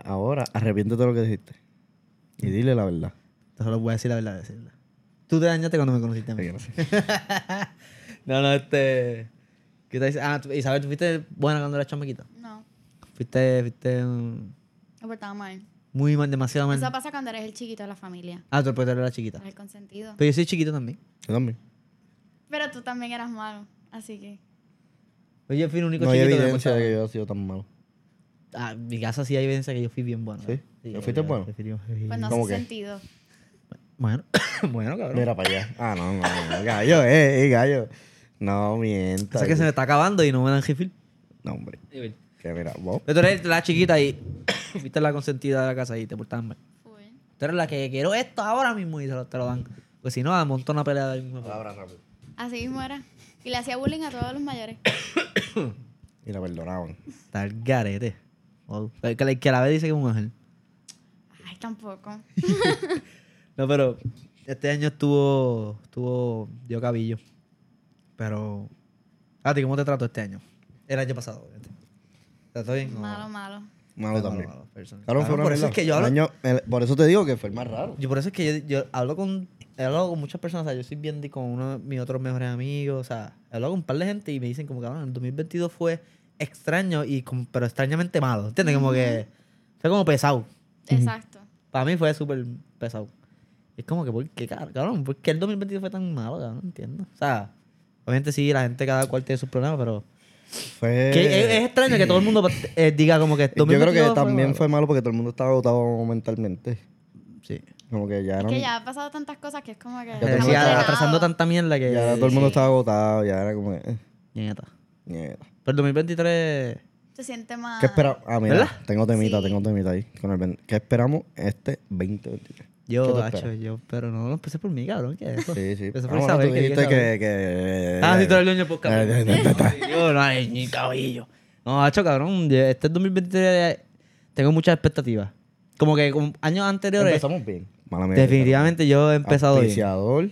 Speaker 2: Ahora, arrepiéntete de lo que dijiste. Y dile la verdad.
Speaker 1: Entonces solo voy a decir la verdad, decirla. Tú te dañaste cuando me conociste a mí. No, no, este... ¿Qué te dice? Ah, tú- Isabel, ¿tú fuiste buena cuando eras chamaquita?
Speaker 3: No,
Speaker 1: Fuiste, fuiste mm,
Speaker 3: me portaba mal.
Speaker 1: muy mal, demasiado mal.
Speaker 3: Eso pasa cuando eres el chiquito de la familia.
Speaker 1: Ah, tú después eras chiquita.
Speaker 3: Eres el consentido.
Speaker 1: Pero yo soy chiquito también.
Speaker 2: Yo también.
Speaker 3: Pero tú también eras malo, así que...
Speaker 1: Oye, yo fui el único
Speaker 2: No hay
Speaker 1: chiquito que me
Speaker 2: evidencia de
Speaker 1: portaba
Speaker 2: que yo haya sido tan malo.
Speaker 1: Ah, en mi casa sí hay evidencia que yo fui bien bueno.
Speaker 2: ¿Sí?
Speaker 1: ¿eh?
Speaker 2: ¿Que
Speaker 1: yo-
Speaker 2: fuiste
Speaker 1: yo-
Speaker 2: bueno?
Speaker 1: yo fui bien-
Speaker 3: Pues no
Speaker 2: ¿Cómo
Speaker 3: hace
Speaker 2: qué?
Speaker 3: sentido.
Speaker 1: Bueno, bueno, cabrón.
Speaker 2: Mira para allá. Ah, no, no, no. Gallo, eh, eh, gallo. No,
Speaker 1: o
Speaker 2: mientas.
Speaker 1: sea que se me está acabando y no me dan refill.
Speaker 2: No, hombre.
Speaker 1: Pero
Speaker 2: Que mira, vos.
Speaker 1: tú eres la chiquita y fuiste la consentida de la casa y te portabas mal.
Speaker 3: Full.
Speaker 1: Tú eres la que quiero esto ahora mismo y te lo, te lo dan. Pues si no, a montón una pelea del mismo.
Speaker 2: Ahora rápido.
Speaker 3: Así mismo era. Y le hacía bullying a todos los mayores.
Speaker 2: Y la perdonaban.
Speaker 1: Está el garete. Wow. El Que, la- el que la ve dice que es un ángel.
Speaker 3: Ay, tampoco.
Speaker 1: No, pero este año estuvo, estuvo, dio cabillo. Pero, ¿a ti cómo te trató este año? El año pasado, obviamente. ¿Trató bien? No.
Speaker 3: Malo, malo.
Speaker 2: Malo también.
Speaker 1: Malo, malo, personal.
Speaker 2: Claro, fue
Speaker 1: Cabrón,
Speaker 2: una
Speaker 1: por eso
Speaker 2: mierda.
Speaker 1: es que yo
Speaker 2: El
Speaker 1: hablo,
Speaker 2: año- el- por eso te digo que fue el más raro.
Speaker 1: yo por eso es que yo, yo hablo con he hablado con muchas personas, o sea, yo soy bien di- con uno de mis otros mejores amigos, o sea, he hablado con un par de gente y me dicen como, cabrón, el 2022 fue extraño, y como- pero extrañamente malo, ¿entiendes? Como que fue como pesado.
Speaker 3: Exacto.
Speaker 1: Para mí fue súper pesado. Y es como que, ¿por qué, car- cabrón? ¿Por qué el 2022 fue tan malo, cabrón? No entiendo. O sea, obviamente sí, la gente cada cual tiene sus problemas, pero...
Speaker 2: Fue...
Speaker 1: que eh, es, es extraño que todo el mundo eh, diga como que...
Speaker 2: Eh, Yo creo
Speaker 1: 2022
Speaker 2: que también
Speaker 1: malo.
Speaker 2: fue malo porque todo el mundo estaba agotado mentalmente.
Speaker 1: Sí.
Speaker 2: Como que ya
Speaker 3: Es
Speaker 2: eran-
Speaker 3: que ya ha pasado tantas cosas que es como que.
Speaker 2: te
Speaker 1: Decía,
Speaker 3: estamos
Speaker 2: mundo está-
Speaker 1: atrasando
Speaker 3: drenados.
Speaker 1: tanta mierda que...
Speaker 2: ya todo el mundo estaba agotado, ya era como que... eh,
Speaker 1: Nieta.
Speaker 2: mierda.
Speaker 1: Pero el 2023...
Speaker 3: Se siente más.
Speaker 2: ¿Qué esperamos? Ah, mira,
Speaker 1: ¿Verdad?
Speaker 2: tengo temita,
Speaker 3: Sí.
Speaker 2: tengo temita ahí. Con el ven- ¿Qué esperamos este 2023? ¿Qué
Speaker 1: Yo,
Speaker 2: tú
Speaker 1: gacho,
Speaker 2: esperas?
Speaker 1: yo, pero no lo empecé por mí, cabrón, ¿qué es eso?
Speaker 2: Sí, sí.
Speaker 1: Eso
Speaker 2: Ah,
Speaker 1: fue
Speaker 2: bueno,
Speaker 1: saber
Speaker 2: tú
Speaker 1: que
Speaker 2: dijiste
Speaker 1: quería
Speaker 2: que,
Speaker 1: saber.
Speaker 2: que-
Speaker 1: Ah, sí, tú eres el dueño del podcast.
Speaker 2: Eh, eh, eh, eh,
Speaker 1: Yo, no, ay, ni caballo. No, hacho, cabrón, de- este 2023 tengo muchas expectativas. Como que con años anteriores,
Speaker 2: Empezamos bien. Mala mía,
Speaker 1: definitivamente yo he
Speaker 2: empezamos.
Speaker 1: empezado bien.
Speaker 2: Auspiciador.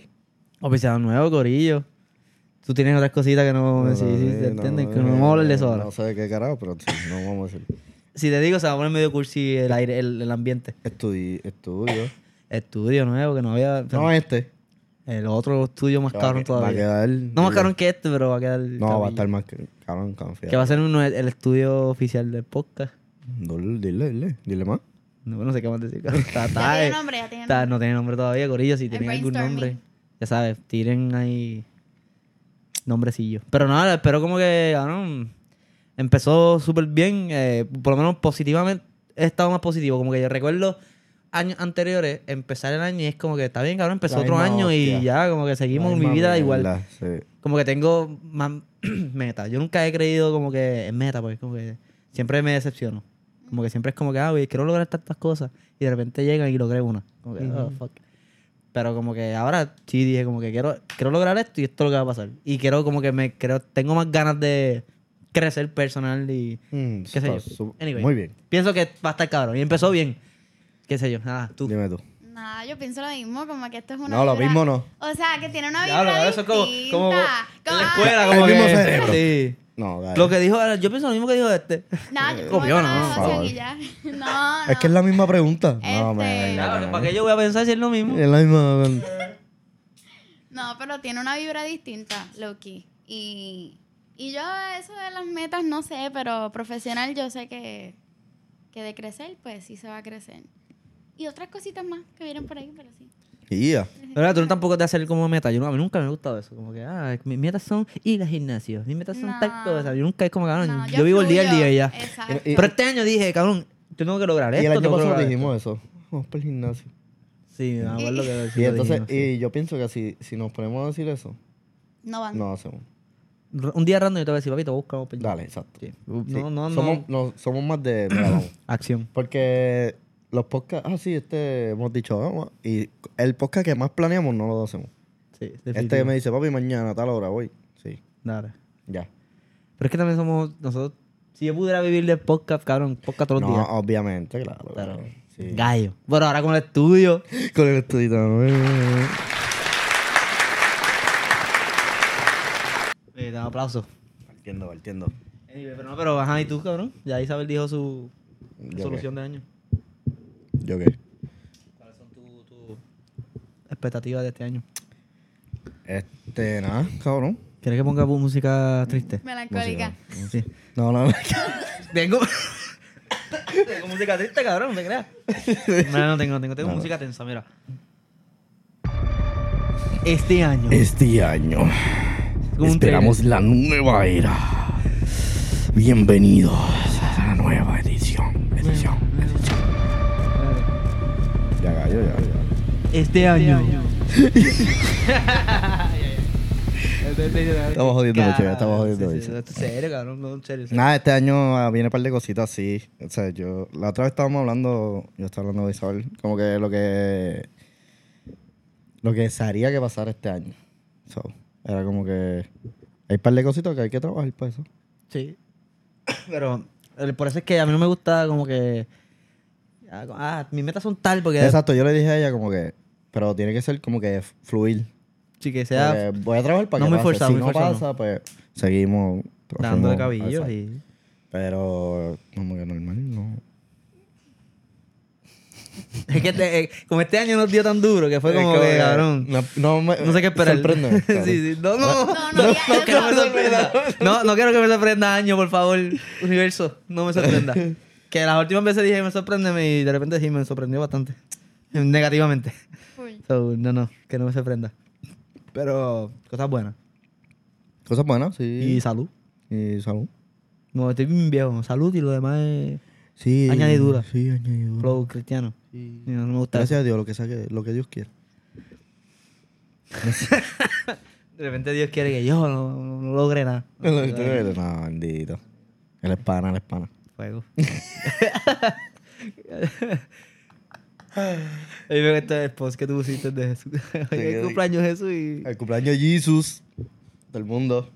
Speaker 1: Oficiado nuevo, corillo. Tú tienes otras cositas que no... sí, sí,
Speaker 2: sé,
Speaker 1: ¿te entienden? que no vamos a hablar de eso ahora.
Speaker 2: No sé de qué carajo, pero sí, no vamos a decir.
Speaker 1: Si te digo, se va a poner medio cursi el aire, el, el ambiente.
Speaker 2: Estudi estudio.
Speaker 1: Estudio nuevo, que no había...
Speaker 2: No, este.
Speaker 1: El otro estudio más
Speaker 2: Va a
Speaker 1: cabrón
Speaker 2: que- Va a
Speaker 1: todavía.
Speaker 2: quedar.
Speaker 1: No más cabrón que este, pero va a quedar...
Speaker 2: No, va a
Speaker 1: cabrón.
Speaker 2: estar más que- cabrón, confiado.
Speaker 1: Que va a ser uno- el estudio oficial del podcast.
Speaker 2: Dile, dile, dile, dile más.
Speaker 1: No, no sé qué más decir. cabrón. Está-
Speaker 3: Ya
Speaker 1: está-
Speaker 3: tiene
Speaker 1: eh,
Speaker 3: nombre, ya tiene
Speaker 1: está-
Speaker 3: nombre.
Speaker 1: no tiene nombre todavía, Corillo. Si tienen algún
Speaker 3: brainstorming.
Speaker 1: nombre, ya sabes, tiren ahí nombrecillo. Pero nada, espero como que, cabrón, empezó súper bien. eh, por lo menos positivamente he estado más positivo. Como que yo recuerdo años anteriores empezar el año y es como que está bien, cabrón, empezó
Speaker 2: La
Speaker 1: otro
Speaker 2: misma
Speaker 1: año y
Speaker 2: hostia.
Speaker 1: ya, como que seguimos mi
Speaker 2: Ay,
Speaker 1: vida
Speaker 2: mami,
Speaker 1: igual
Speaker 2: verdad, sí.
Speaker 1: como que tengo más metas. Yo nunca he creído como que en meta, porque como que siempre me decepciono. Como que siempre es como que, ah, güey, quiero lograr tantas cosas. Y de repente llegan y logré una. Como que, oh, fuck. Pero como que ahora sí dije como que quiero, quiero lograr esto y esto es lo que va a pasar. Y quiero como que me creo, tengo más ganas de crecer personal y
Speaker 2: Mm,
Speaker 1: qué sé
Speaker 2: está
Speaker 1: yo.
Speaker 2: su-
Speaker 1: Anyway.
Speaker 2: Muy bien.
Speaker 1: pienso que va a estar cabrón. Y empezó bien. Qué sé yo, nada, tú.
Speaker 2: Dime tú.
Speaker 3: Nada, yo pienso lo mismo, como que esto es una.
Speaker 2: No, lo
Speaker 3: vibra-
Speaker 2: mismo no.
Speaker 3: O sea, que tiene una vibra.
Speaker 1: Diablo, cabrón, eso es como,
Speaker 3: distinta.
Speaker 1: como en
Speaker 3: Como-
Speaker 1: la escuela,
Speaker 2: El
Speaker 1: como
Speaker 2: mismo
Speaker 1: que-
Speaker 2: cerebro.
Speaker 1: Sí.
Speaker 2: No, dale.
Speaker 1: Lo que dijo, yo pienso lo mismo que dijo este.
Speaker 3: Nada, yo
Speaker 1: Copió,
Speaker 3: como
Speaker 1: no,
Speaker 3: que
Speaker 1: por
Speaker 3: hacen
Speaker 2: favor.
Speaker 3: y ya. No, no.
Speaker 2: Es que es la misma pregunta.
Speaker 3: Este-
Speaker 2: No, me-
Speaker 1: Claro, ¿para qué yo voy a pensar si es lo mismo?
Speaker 2: Es la misma.
Speaker 3: No, pero tiene una vibra distinta, Loki. Y, y yo eso de las metas no sé, pero profesional yo sé que, que de crecer, pues sí se va a crecer. Y otras cositas más que vienen por ahí, pero sí.
Speaker 2: Ya.
Speaker 1: La verdad, tú no tampoco te haces como meta. Yo no, a mí nunca me ha gustado eso. Como que, ah, mis metas son ir al gimnasio. Mis metas son tal
Speaker 3: No.
Speaker 1: cosa. Yo nunca es como, cabrón,
Speaker 3: No,
Speaker 1: Ah, yo, vivo el día al
Speaker 3: fluyo.
Speaker 1: día y ya.
Speaker 3: Exacto.
Speaker 2: Y-
Speaker 1: Pero este año dije, cabrón, yo tengo que lograr
Speaker 2: Y
Speaker 1: esto.
Speaker 2: el año
Speaker 1: tengo que
Speaker 2: pasado
Speaker 1: lograr
Speaker 2: dijimos eso. Vamos para el gimnasio.
Speaker 1: esto. Sí, me acuerdo que sí
Speaker 2: Y
Speaker 1: lo
Speaker 2: entonces,
Speaker 1: dijimos, sí.
Speaker 2: y yo pienso que si, si nos ponemos a decir eso,
Speaker 3: No van.
Speaker 2: no hacemos.
Speaker 1: R- Un día random yo te voy a decir, papito, buscamos para allá.
Speaker 2: Dale, exacto.
Speaker 1: Sí.
Speaker 2: Sí,
Speaker 1: No, no, no.
Speaker 2: somos, no, somos más de. mira, vamos.
Speaker 1: Acción.
Speaker 2: Porque los podcasts. Ah, sí, este. Hemos dicho, vamos. Y el podcast que más planeamos no lo hacemos.
Speaker 1: Sí,
Speaker 2: Este
Speaker 1: definitivo.
Speaker 2: me dice, papi, mañana a tal hora voy. Sí,
Speaker 1: Dale.
Speaker 2: ya.
Speaker 1: Pero es que también somos nosotros. Si yo pudiera vivir de podcast, cabrón, podcast todos los
Speaker 2: no,
Speaker 1: días.
Speaker 2: obviamente, claro. claro. Sí.
Speaker 1: Gallo. Bueno, ahora con el estudio.
Speaker 2: Con el estudio.
Speaker 1: Eh, dame aplauso.
Speaker 2: Partiendo, partiendo.
Speaker 1: Anyway, pero no, pero ajá, ¿y tú, cabrón? Ya Isabel dijo su
Speaker 2: ¿Yo
Speaker 1: resolución de año.
Speaker 2: ¿Yo qué?
Speaker 1: ¿Cuáles son tus tu expectativas de este año?
Speaker 2: Este, nada, cabrón.
Speaker 1: ¿Quieres que ponga bu- música triste?
Speaker 3: Melancólica.
Speaker 1: Sí.
Speaker 2: No, no, no.
Speaker 1: Tengo... tengo música triste, cabrón, no te creas. No, no tengo, tengo, tengo música tensa, mira. Este año.
Speaker 2: Este año
Speaker 1: Como un
Speaker 2: esperamos la nueva era. Bienvenidos a la nueva edición. Edición. Ya gallo, ya, ya.
Speaker 1: Este año.
Speaker 2: Estamos jodiendo mucho, ya estamos jodiendo
Speaker 1: Sí, sí,
Speaker 2: mucho.
Speaker 1: esto es serio, cabrón, no, en serio. en serio.
Speaker 2: Nada, este año ah, viene un par de cositas así. O sea, yo. La otra vez estábamos hablando. Yo estaba hablando de Isabel. Como que lo que. Lo que se haría que pasara este año. So, era como que. Hay un par de cositas que hay que trabajar para eso.
Speaker 1: Sí. Pero el- por eso es que a mí no me gusta como que... Ah, co- Ah, mis metas son tal porque...
Speaker 2: Exacto, yo le dije a ella como que. Pero tiene que ser como que fluir.
Speaker 1: Sí, que sea
Speaker 2: Porque Pues, voy a trabajar para
Speaker 1: no
Speaker 2: que
Speaker 1: muy
Speaker 2: pase.
Speaker 1: forzado,
Speaker 2: si
Speaker 1: muy
Speaker 2: no
Speaker 1: forzado,
Speaker 2: pasa, pues seguimos
Speaker 1: dándole
Speaker 2: seguimos-
Speaker 1: cabillos
Speaker 2: Exacto.
Speaker 1: y...
Speaker 2: Pero como que normal, no.
Speaker 1: Es que este- eh, como este año nos dio tan duro que fue como que, cabrón.
Speaker 2: eh, No, no, me-
Speaker 1: No sé qué esperar.
Speaker 2: sorpréndeme, cabrón.
Speaker 1: sí, sí. No, no.
Speaker 3: No, no, ya, ya,
Speaker 1: quiero
Speaker 3: no.
Speaker 1: que me sorprenda. No, no quiero que me sorprenda año, por favor. Universo, no me sorprenda. Que las últimas veces dije me sorprende y de repente sí me sorprendió bastante. Negativamente.
Speaker 3: Full.
Speaker 1: So, no, no, que no me sorprenda. Pero cosas buenas.
Speaker 2: Cosas buenas, sí.
Speaker 1: Y salud.
Speaker 2: Y, salud.
Speaker 1: No, estoy bien viejo. Salud y lo demás es
Speaker 2: Sí.
Speaker 1: Añadidura.
Speaker 2: Sí, añadidura.
Speaker 1: flow cristiano.
Speaker 2: Sí.
Speaker 1: Y No, no me gusta.
Speaker 2: Gracias a Dios, lo que, saque, lo que Dios quiera.
Speaker 1: eso. De repente Dios quiere que yo no, no- no logre nada.
Speaker 2: no, bendito. El espana, el espana.
Speaker 1: Fuego. Ahí veo este post que tú pusiste de Jesús. Hoy es
Speaker 2: que-
Speaker 1: cumpleaños Jesús y.
Speaker 2: El cumpleaños de Jesus. Del mundo.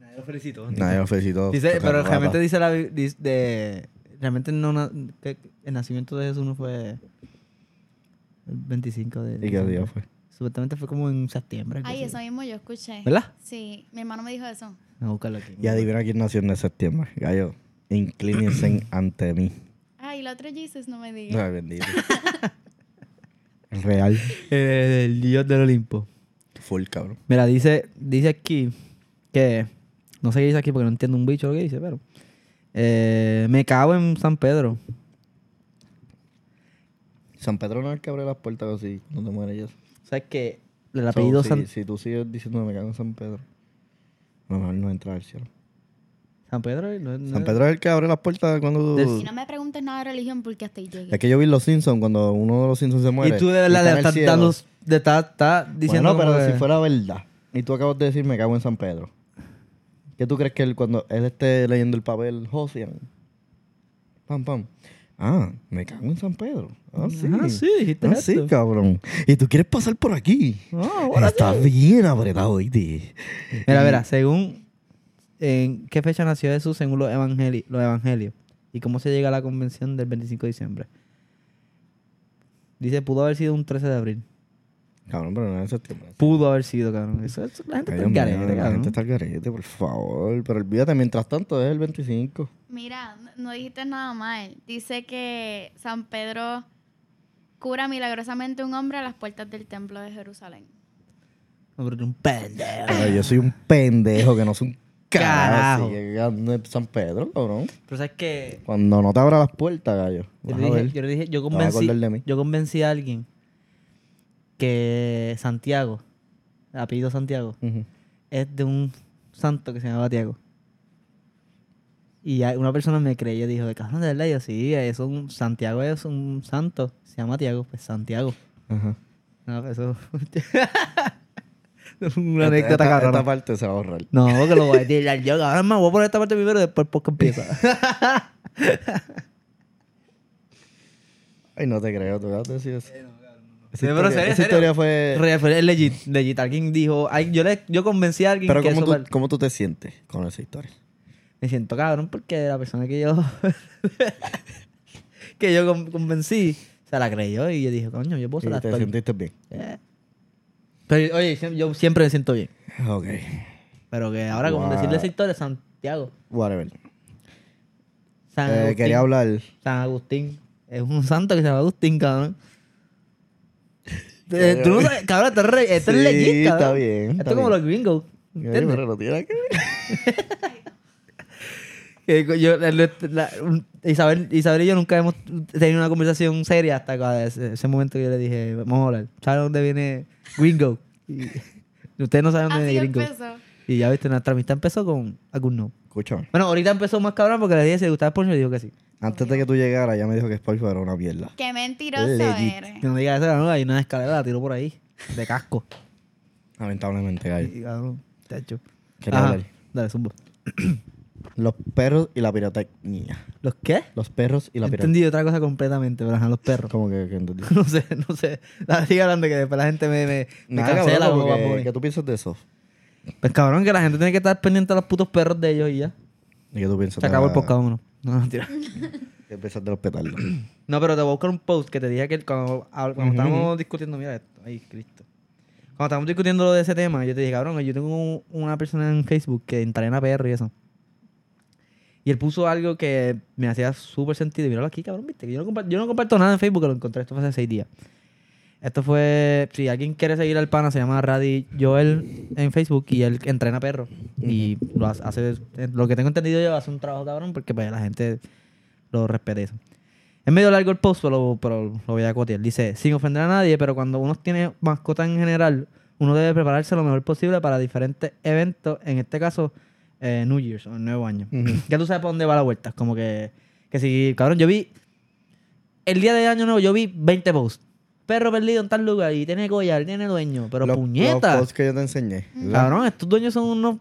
Speaker 1: Nadie lo felicito.
Speaker 2: Nadie lo felicitó.
Speaker 1: Dice,
Speaker 2: Otra
Speaker 1: pero
Speaker 2: rata.
Speaker 1: realmente dice la bi- dis- de realmente no na- que el nacimiento de Jesús no fue el 25 de
Speaker 2: ¿Y qué día fue?
Speaker 1: Supuestamente fue como en septiembre. algo
Speaker 3: Ay,
Speaker 1: así.
Speaker 3: eso mismo yo escuché.
Speaker 1: ¿Verdad?
Speaker 3: Sí, mi hermano me dijo eso.
Speaker 1: Vamos a buscarlo aquí.
Speaker 2: Y adivina quién nació en septiembre. Gallo, inclínense ante mí.
Speaker 3: Ay, la otra Jesus no me diga.
Speaker 2: Ay, bendito. El real.
Speaker 1: Eh, el dios del Olimpo.
Speaker 2: Full, cabrón.
Speaker 1: Mira, dice, dice aquí que. No sé qué dice aquí porque no entiendo un bicho lo que dice, pero. eh, me cago en San Pedro.
Speaker 2: San Pedro no es el que abre las puertas así cuando te mueres y eso.
Speaker 1: O sea, es que el apellido
Speaker 2: So,
Speaker 1: San,
Speaker 2: si, si tú sigues diciendo me cago en San Pedro, a lo mejor no entras al cielo.
Speaker 1: San Pedro. eh, no- no-
Speaker 2: San Pedro es el que abre las puertas cuando...
Speaker 1: Del-
Speaker 3: Y no me preguntes nada de religión porque hasta ahí llegué.
Speaker 2: Es que yo vi Los Simpsons, cuando uno de los Simpsons se muere.
Speaker 1: Y tú de
Speaker 2: está
Speaker 1: verdad
Speaker 2: en
Speaker 1: le
Speaker 2: el
Speaker 1: estás
Speaker 2: cielo.
Speaker 1: dando. le estás- estás diciendo.
Speaker 2: Bueno,
Speaker 1: como
Speaker 2: pero
Speaker 1: que-
Speaker 2: si fuera verdad, y tú acabas de decir me cago en San Pedro, ¿qué tú crees que él, cuando él esté leyendo el papel, Josian? Pam, pam. Ah, me cago en San Pedro. Ah, sí.
Speaker 1: Ah, sí, dijiste
Speaker 2: Ah, sí,
Speaker 1: esto.
Speaker 2: cabrón. Y tú quieres pasar por aquí.
Speaker 1: Ah,
Speaker 2: Estás bien apretado, oíste.
Speaker 1: Mira, mira, según en qué fecha nació Jesús según los, evangeli- los evangelios y cómo se llega a la convención del 25 de diciembre. Dice, pudo haber sido un 13 de abril.
Speaker 2: Cabrón, pero no en septiembre.
Speaker 1: Pudo haber sido, cabrón. Eso, eso- la gente
Speaker 2: Ay,
Speaker 1: está en
Speaker 2: Dios mío,
Speaker 1: garete,
Speaker 2: la gente
Speaker 1: cabrón.
Speaker 2: está al garete, por favor. Pero olvídate, mientras tanto es el 25.
Speaker 3: Mira, no- no dijiste nada mal. Dice que San Pedro cura milagrosamente a un hombre a las puertas del templo de Jerusalén.
Speaker 1: No, pero tú un pendejo.
Speaker 2: Ay, yo soy un pendejo que no soy un
Speaker 1: Carajo.
Speaker 2: Ah. carajo. Así que ganó el San Pedro, cabrón.
Speaker 1: Pero sabes que
Speaker 2: Cuando no te abra las puertas, gallo.
Speaker 1: yo
Speaker 2: Vas
Speaker 1: le
Speaker 2: a
Speaker 1: dije,
Speaker 2: ver.
Speaker 1: yo, le dije- yo
Speaker 2: vas a
Speaker 1: convencí,
Speaker 2: acordar de mí.
Speaker 1: yo convencí a alguien que Santiago, apellido Santiago,
Speaker 2: Ujú.
Speaker 1: es de un santo que se llamaba Tiago. Y ya una persona me creyó, dijo, de cabrón, de verdad, Y yo sí, es un Santiago es un santo, se llama Tiago, pues Santiago.
Speaker 2: Ajá.
Speaker 1: No, pues eso una
Speaker 2: Esta-
Speaker 1: anécdota
Speaker 2: esta, esta
Speaker 1: cabrona.
Speaker 2: parte se va a ahorrar.
Speaker 1: No, porque lo voy a tirar yo, ahora me voy a poner esta parte primero y después porque empieza.
Speaker 2: Ay, no te creo, tú acabas de decir eso.
Speaker 1: Sí,
Speaker 2: Esa
Speaker 1: pero
Speaker 2: historia,
Speaker 1: serio,
Speaker 2: esa
Speaker 1: serio.
Speaker 2: historia fue...
Speaker 1: Re- fue legit, legit. Alguien dijo, ay, yo, le, yo convencí a alguien
Speaker 2: Pero
Speaker 1: que
Speaker 2: ¿cómo
Speaker 1: eso
Speaker 2: tú,
Speaker 1: fue-
Speaker 2: ¿cómo tú te sientes con esa historia?
Speaker 1: Me siento cabrón porque la persona que yo que yo con- convencí se la creyó y yo dije, coño, yo puedo ser
Speaker 2: Y ¿Te
Speaker 1: actor.
Speaker 2: sentiste bien?
Speaker 1: Eh. Pero oye, siem- yo siempre me siento bien.
Speaker 2: Ok.
Speaker 1: Pero que ahora como
Speaker 2: Wow.
Speaker 1: decirle esa historia, Santiago,
Speaker 2: Whatever.
Speaker 1: San
Speaker 2: Eh,
Speaker 1: Agustín,
Speaker 2: quería hablar...
Speaker 1: San Agustín. Es un santo que se llama Agustín, cabrón. Eh, Tú no sabes, cabrón, esto es, re- esto es
Speaker 2: Sí,
Speaker 1: legit, cabrón.
Speaker 2: está bien,
Speaker 1: Esto
Speaker 2: está
Speaker 1: es como
Speaker 2: bien.
Speaker 1: los gringos.
Speaker 2: Ay,
Speaker 1: ¿entiendes?
Speaker 2: pero no tiene que ver.
Speaker 1: Que co- yo- la- la- la- un- Isabel, Isabel y yo nunca hemos tenido una conversación seria hasta cua- ese, ese momento que yo le dije, vamos a hablar. ¿Sabes dónde viene Gringo? Y, y ustedes Ah, no saben dónde
Speaker 3: Así
Speaker 1: viene Gringo.
Speaker 3: empezó.
Speaker 1: Y ya viste, nuestra amistad empezó con algún no.
Speaker 2: Escúchame.
Speaker 1: Bueno, ahorita empezó más cabrón porque le dije si le gustaba el porno y dijo que sí.
Speaker 2: Antes de que tú llegaras, ya me dijo que Spotify era una mierda.
Speaker 3: Qué mentiroso
Speaker 2: Legit.
Speaker 3: eres.
Speaker 1: Que no diga eso, no, hay una escalera, la tiró por ahí, de casco.
Speaker 2: Lamentablemente, gallo.
Speaker 1: Y, cabrón, tacho.
Speaker 2: Quería
Speaker 1: Ajá,
Speaker 2: hablar.
Speaker 1: Dale, zumbo.
Speaker 2: Los perros y la pirotecnia.
Speaker 1: ¿Los qué?
Speaker 2: Los perros y la pirotecnia.
Speaker 1: Entendí otra cosa completamente, pero ajá, los perros.
Speaker 2: Como que, que entendí.
Speaker 1: No sé, no sé. Dale, sigue hablando que después la gente me, me, me
Speaker 2: Nada, cabrón,
Speaker 1: cancela.
Speaker 2: como
Speaker 1: o va a
Speaker 2: que-
Speaker 1: poner.
Speaker 2: ¿Qué tú piensas de eso?
Speaker 1: Pues cabrón, que la gente tiene que estar pendiente a los putos perros de ellos y ya.
Speaker 2: ¿Y qué tú piensas
Speaker 1: Se acabó
Speaker 2: de
Speaker 1: el
Speaker 2: la-
Speaker 1: podcast, vámonos. No, no, tira.
Speaker 2: ¿Qué piensas de los petardos?
Speaker 1: No, pero te voy a buscar un post que te dije que cuando, hab- cuando estábamos discutiendo, mira esto, ay Cristo. Cuando estábamos discutiendo lo de ese tema, yo te dije, cabrón, yo tengo un- una persona en Facebook que entrena perros y eso. Y él puso algo que me hacía súper sentido. Y míralo aquí, cabrón, viste. que Yo no, compa- yo no comparto nada en Facebook, que lo encontré. Esto fue hace seis días. Esto fue. Si alguien quiere seguir al pana, se llama Radi Joel en Facebook y él entrena perros. Y lo hace, hace- Lo que tengo entendido yo, hace un trabajo cabrón porque pues, la gente lo respeta y eso. Es medio largo el post, pero, pero lo voy a cotear. Dice: Sin ofender a nadie, pero cuando uno tiene mascotas en general, uno debe prepararse lo mejor posible para diferentes eventos. En este caso, eh, New Year's o el Nuevo Año.
Speaker 2: Mm.
Speaker 1: Ya tú sabes para dónde va la vuelta. Como que. Que si, cabrón, yo vi el día de año nuevo yo vi 20 posts. Perro perdido en tal lugar y tiene collar, tiene dueño. Pero
Speaker 2: Los- Los
Speaker 1: puñetas.
Speaker 2: posts que yo te enseñé. ¿verdad?
Speaker 1: Cabrón, estos dueños son unos.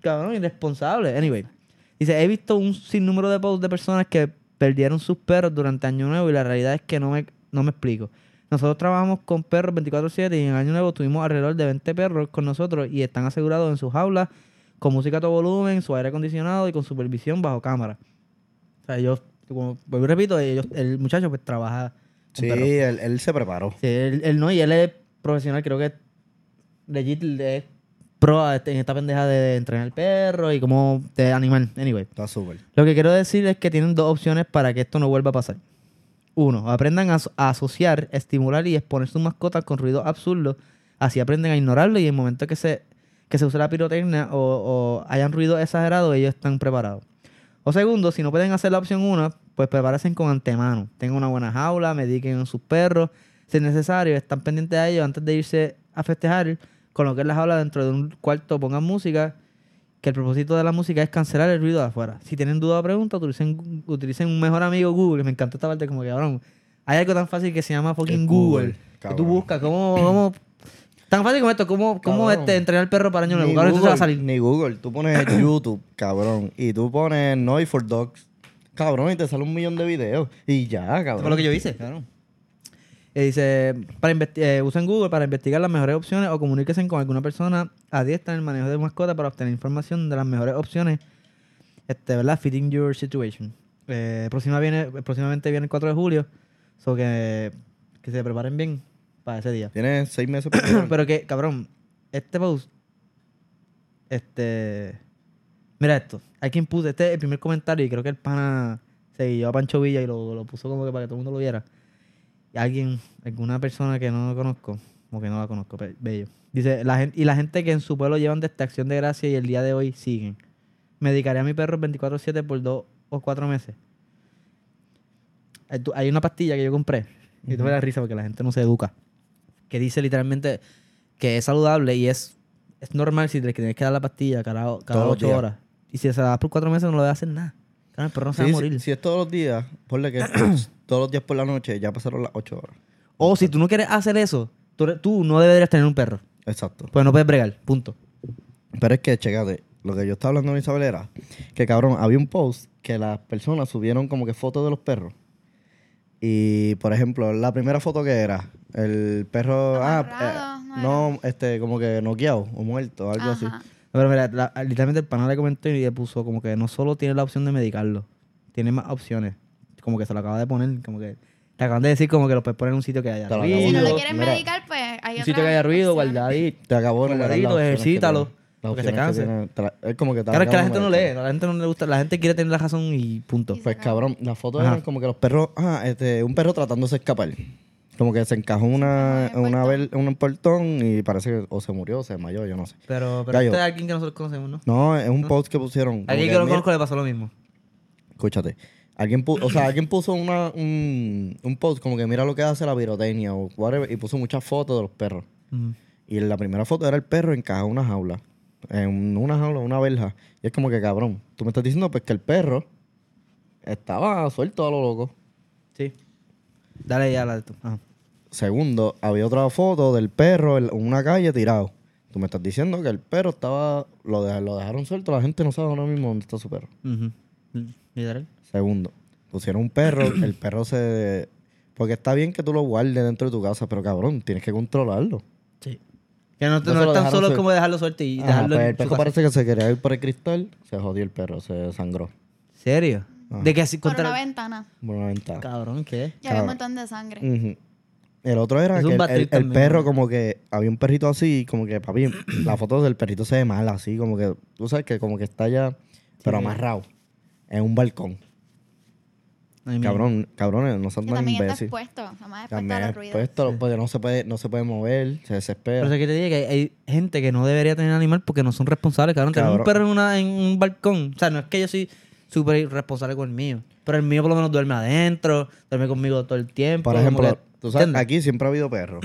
Speaker 1: Cabrón, irresponsables. Anyway. Dice, he visto un sinnúmero de posts de personas que perdieron sus perros durante Año Nuevo y la realidad es que no me, no me explico. Nosotros trabajamos con perros 24-7 y en Año Nuevo tuvimos alrededor de 20 perros con nosotros y están asegurados en sus aulas con música a todo volumen, su aire acondicionado y con supervisión bajo cámara. O sea, ellos, como vuelvo y repito, ellos- el muchacho pues trabaja con
Speaker 2: Sí,
Speaker 1: perros.
Speaker 2: él, él se preparó.
Speaker 1: Sí, él, él no, y él es profesional, creo que legit es pro a este- en esta pendeja de entrenar el perro y como de animal. Anyway,
Speaker 2: Está súper.
Speaker 1: lo que quiero decir es que tienen dos opciones para que esto no vuelva a pasar. Uno, aprendan a, aso- a asociar, estimular y exponer sus mascotas con ruidos absurdos. Así aprenden a ignorarlo y en el momento que se, que se use la pirotecnia o, o hayan ruidos exagerados, ellos están preparados. O segundo, si no pueden hacer la opción una, pues prepárense con antemano. Tengan una buena jaula, mediquen a sus perros. Si es necesario, están pendientes a ellos antes de irse a festejar. Coloquen la jaula dentro de un cuarto, pongan música. Que el propósito de la música es cancelar el ruido de afuera. Si tienen duda o pregunta, utilicen, utilicen un mejor amigo Google. Me encantó esta parte como que, cabrón, hay algo tan fácil que se llama fucking
Speaker 2: Es
Speaker 1: Google.
Speaker 2: Google,
Speaker 1: que tú
Speaker 2: cabrón.
Speaker 1: buscas cómo, cómo... Tan fácil como esto, cómo, cómo
Speaker 2: Cabrón.
Speaker 1: este, entrenar al perro para año nuevo.
Speaker 2: Ni
Speaker 1: Cabrón, esto se va a
Speaker 2: Google,
Speaker 1: salir.
Speaker 2: ni Google. Tú pones YouTube, cabrón. Y tú pones Noise for Dogs. Cabrón, y te sale un millón de videos. Y ya,
Speaker 1: Eso
Speaker 2: cabrón.
Speaker 1: fue lo que yo hice. Claro. Eh, dice, para investi- eh, usen Google para investigar las mejores opciones o comuníquense con alguna persona adiestra en el manejo de mascotas para obtener información de las mejores opciones, este, ¿verdad? Fitting your situation. Eh, próxima viene, próximamente viene el 4 de julio, so que, que se preparen bien para ese día.
Speaker 2: Tienes seis meses para
Speaker 1: Pero que, cabrón, este post, este, mira esto, hay quien puso, este es el primer comentario y creo que el pana se guió a Pancho Villa y lo, lo puso como que para que todo el mundo lo viera. Y alguien, alguna persona que no conozco, como que no la conozco, pe- bello. Dice, la gente, y la gente que en su pueblo llevan desde Acción de Gracia y el día de hoy siguen. Me dedicaré a mi perro 24-7 por dos o cuatro meses. Hay tu- Hay una pastilla que yo compré. Y tuve la risa porque la gente no se educa que dice literalmente que es saludable y es, es normal si te tienes que dar la pastilla cada, cada
Speaker 2: Todos los
Speaker 1: ocho
Speaker 2: días.
Speaker 1: horas. Y si se la das por cuatro meses no le va a hacer nada. Claro, el perro no se va
Speaker 2: Sí,
Speaker 1: a
Speaker 2: si-
Speaker 1: morir.
Speaker 2: Si, es todos los días, ponle que todos los días por la noche ya pasaron las 8 horas.
Speaker 1: O si tú no quieres hacer eso, tú, eres- tú no deberías tener un perro.
Speaker 2: Exacto.
Speaker 1: Pues no puedes bregar, punto.
Speaker 2: Pero es que, chécate, lo que yo estaba hablando con Isabel era que, cabrón, había un post que las personas subieron como que fotos de los perros. Y, por ejemplo, la primera foto que era, el perro...
Speaker 3: Amarrado,
Speaker 2: eh,
Speaker 3: ¿no era?
Speaker 2: no, este, como que noqueado o muerto, algo así.
Speaker 3: Ajá.
Speaker 1: Pero mira, la- literalmente el panel le comentó y le puso como que no solo tiene la opción de medicarlo, tiene más opciones. Como que se lo acaba de poner, como que le acaban de decir como que lo puedes poner en un sitio que haya
Speaker 2: Te lo
Speaker 1: ruido.
Speaker 2: acabo
Speaker 3: Si no
Speaker 2: Uno,
Speaker 3: lo quieres
Speaker 2: mira.
Speaker 3: medicar, pues hay
Speaker 1: Un
Speaker 3: otra
Speaker 1: sitio que haya ruido,
Speaker 3: opción.
Speaker 1: guardadito.
Speaker 2: Te acabó de enumerar las
Speaker 1: Guardadito,
Speaker 2: opciones que
Speaker 1: ejercítalo,
Speaker 2: tiene, las
Speaker 1: porque se
Speaker 2: opciones
Speaker 1: canse.
Speaker 2: tiene, tra- es como que... te
Speaker 1: Claro, es que la
Speaker 2: acaban
Speaker 1: gente
Speaker 2: de
Speaker 1: no
Speaker 2: marcar.
Speaker 1: lee, la gente no le gusta, la gente quiere tener la razón y punto.
Speaker 2: Pues cabrón, las fotos
Speaker 1: Ajá.
Speaker 2: eran como que los perros, ah, este, un perro tratándose de escapar. Como que se encajó una,
Speaker 3: encajó en el
Speaker 2: una vel- en un portón y parece que o se murió o se desmayó, yo no sé.
Speaker 1: Pero, pero
Speaker 2: Gallo.
Speaker 1: este es alguien que nosotros conocemos, ¿no?
Speaker 2: No, es un post que pusieron. como
Speaker 1: Alguien que lo
Speaker 2: mira-
Speaker 1: conozco le pasó lo mismo.
Speaker 2: Escúchate. Alguien puso, o sea, alguien puso una, un, un post como que mira lo que hace la pirotecnia o whatever, y puso muchas fotos de los perros. Y en la primera foto era el perro encajado en una jaula. En una jaula, una verja. Y es como que cabrón, tú me estás diciendo pues que el perro estaba suelto a lo loco.
Speaker 1: Sí. Dale ya la de tú. Ajá.
Speaker 2: Segundo, había otra foto del perro en una calle tirado. Tú me estás diciendo que el perro estaba. Lo, de- lo dejaron suelto, la gente no sabe ahora mismo dónde está su perro.
Speaker 1: Ujú. Literal.
Speaker 2: Segundo, pusieron un perro, el perro se. Porque está bien que tú lo guardes dentro de tu casa, pero cabrón, tienes que controlarlo.
Speaker 1: Sí. Que no,
Speaker 2: No se
Speaker 1: no
Speaker 2: lo
Speaker 1: es tan
Speaker 2: dejaron
Speaker 1: solo
Speaker 2: suelto.
Speaker 1: como dejarlo suelto y
Speaker 2: Ajá,
Speaker 1: dejarlo
Speaker 2: pues el
Speaker 1: en su
Speaker 2: perro
Speaker 1: casa.
Speaker 2: parece que se quería ir por el cristal, se jodió el perro, se sangró
Speaker 1: ¿Serio?
Speaker 2: Ah.
Speaker 1: De que así
Speaker 3: Por una
Speaker 1: contra...
Speaker 3: ventana.
Speaker 2: por una ventana.
Speaker 1: Cabrón, ¿qué?
Speaker 3: Ya había
Speaker 2: Cabrón.
Speaker 3: un montón de sangre.
Speaker 2: Ujú. El otro era
Speaker 1: Es
Speaker 2: que
Speaker 1: un
Speaker 2: el,
Speaker 1: bad
Speaker 2: el-
Speaker 1: trip
Speaker 2: el
Speaker 1: también,
Speaker 2: perro
Speaker 1: ¿no?
Speaker 2: como que había un perrito así, como que papi, la foto del perrito se ve mal así, como que tú sabes que como que está ya pero amarrado. en un balcón.
Speaker 1: Ay, mira.
Speaker 2: Cabrón, cabrones, no son
Speaker 3: Que
Speaker 2: tan
Speaker 3: también está
Speaker 2: imbéciles.
Speaker 3: expuesto. Está más expuesto
Speaker 2: También
Speaker 3: a los
Speaker 2: es
Speaker 3: ruidos.
Speaker 2: puesto, porque no se puede, no se puede mover, se
Speaker 1: Pero
Speaker 2: desespera.
Speaker 1: es que te dije que hay, hay gente que no debería tener animal porque no son responsables, cabrón. Tener un
Speaker 2: Cabrón.
Speaker 1: perro en, una, en un balcón. O sea, no es que yo soy súper irresponsable con el mío. Pero el mío por lo menos duerme adentro, duerme conmigo todo el tiempo.
Speaker 2: Por
Speaker 1: como
Speaker 2: ejemplo,
Speaker 1: que-
Speaker 2: tú sabes,
Speaker 1: ¿entiendes?
Speaker 2: aquí siempre ha habido perros.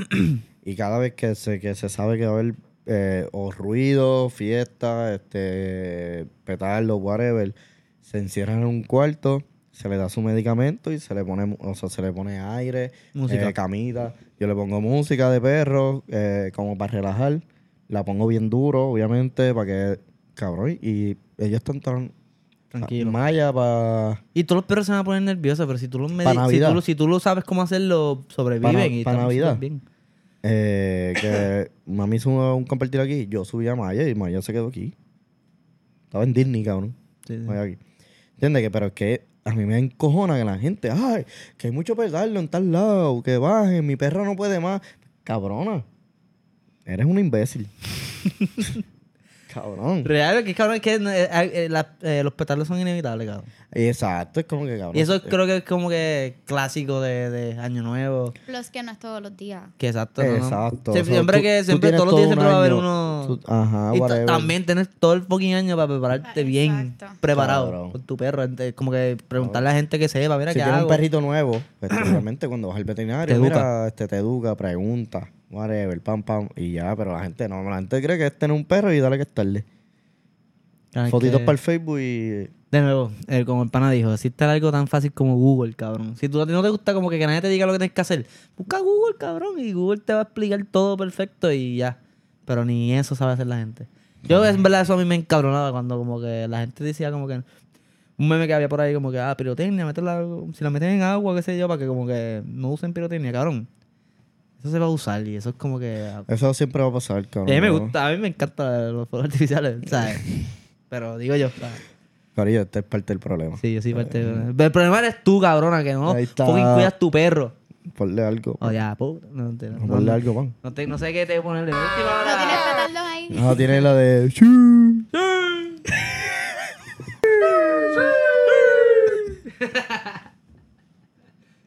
Speaker 2: y cada vez que se, que se sabe que va a haber eh, o ruido, fiesta, este, petardo, whatever, se encierran en un cuarto, se le da su medicamento y se le pone, mu- o sea, se le pone aire,
Speaker 1: Música.
Speaker 2: eh, camita. Yo le pongo música de perro, eh, como para relajar. La pongo bien duro, obviamente, para que, cabrón, y ellos están tan
Speaker 1: Tranquilo.
Speaker 2: malla para...
Speaker 1: Y todos los perros se van a poner nerviosos, pero si tú los medi-
Speaker 2: Pa'
Speaker 1: si,
Speaker 2: Navidad.
Speaker 1: tú, lo- si tú lo sabes cómo hacerlo, sobreviven.
Speaker 2: Pa' na-
Speaker 1: y
Speaker 2: pa'
Speaker 1: están
Speaker 2: Navidad.
Speaker 1: súper bien.
Speaker 2: Eh, que mami hizo un- un compartir aquí. Yo subí a Maya y Maya se quedó aquí. Estaba en Disney, cabrón.
Speaker 1: Sí, sí.
Speaker 2: Maya aquí. ¿Entiendes? Que, pero es que a mí me encojona que la gente, ay, que hay mucho petardo en tal lado, que bajen, mi perra no puede más. Cabrona, eres un imbécil. cabrón.
Speaker 1: Real, es que cabrón, es que eh, eh, la- eh, los petardos son inevitables, cabrón.
Speaker 2: Exacto, es como que cabrón.
Speaker 1: Y eso creo que es como que clásico de, de Año Nuevo.
Speaker 3: Los que no es todos los días.
Speaker 4: Ah.
Speaker 1: Que exacto. ¿no?
Speaker 2: Exacto.
Speaker 1: Sie-
Speaker 2: O sea,
Speaker 1: siempre
Speaker 2: tú-
Speaker 1: que,
Speaker 2: tú
Speaker 1: siempre,
Speaker 2: tienes
Speaker 1: todos los días
Speaker 2: todo
Speaker 1: siempre
Speaker 2: un
Speaker 1: va a haber
Speaker 2: año.
Speaker 1: uno.
Speaker 2: Tú- ajá,
Speaker 1: y ta-
Speaker 2: whatever.
Speaker 1: también tener todo el fucking año para prepararte
Speaker 3: Ah,
Speaker 1: bien,
Speaker 3: exacto.
Speaker 1: preparado
Speaker 2: Cabrón.
Speaker 1: con tu perro. ente- Como que preguntarle a la gente que sepa, mira
Speaker 2: si
Speaker 1: qué
Speaker 2: tienes
Speaker 1: hago.
Speaker 2: un perrito nuevo, pues, obviamente cuando vas al veterinario,
Speaker 1: Te
Speaker 2: mira,
Speaker 1: educa.
Speaker 2: este, te educa, pregunta, whatever, pam, pam, y ya, pero la gente no, la gente cree que es tener un perro y dale que estarle.
Speaker 1: Claro, es
Speaker 2: Fotitos
Speaker 1: que-
Speaker 2: para el Facebook y...
Speaker 1: De nuevo, eh, como el pana dijo, existe algo tan fácil como Google, cabrón. Si tú a ti no te gusta como que, que nadie te diga lo que tienes que hacer, busca Google, cabrón, y Google te va a explicar todo perfecto y ya. Pero ni eso sabe hacer la gente. Yo, en verdad, eso a mí me encabronaba cuando como que la gente decía como que... Un meme que había por ahí como que, ah, pirotecnia, meterla, si la meten en agua, qué sé yo, para que como que no usen pirotecnia, cabrón. Eso se va a usar y eso es como que... A
Speaker 2: Eso siempre va a pasar, cabrón.
Speaker 1: mí me
Speaker 2: ¿no?
Speaker 1: gusta, a mí me encantan los fuegos artificiales, ¿sabes? Pero digo yo, ah. ¿sabes?
Speaker 2: Corillo, este es parte del problema.
Speaker 1: Sí, yo sí parte del- El problema eres tú, cabrona, que no
Speaker 2: Ahí está.
Speaker 1: fucking cuidas tu perro.
Speaker 2: Ponle algo.
Speaker 1: O ya, puta, no, te- no,
Speaker 2: Vamos a Ponle
Speaker 1: no-
Speaker 2: algo, pan.
Speaker 1: no te- no sé qué te ponerle. La última
Speaker 3: ¿No
Speaker 1: hora.
Speaker 3: tienes petardos ahí?
Speaker 2: No, tiene la de...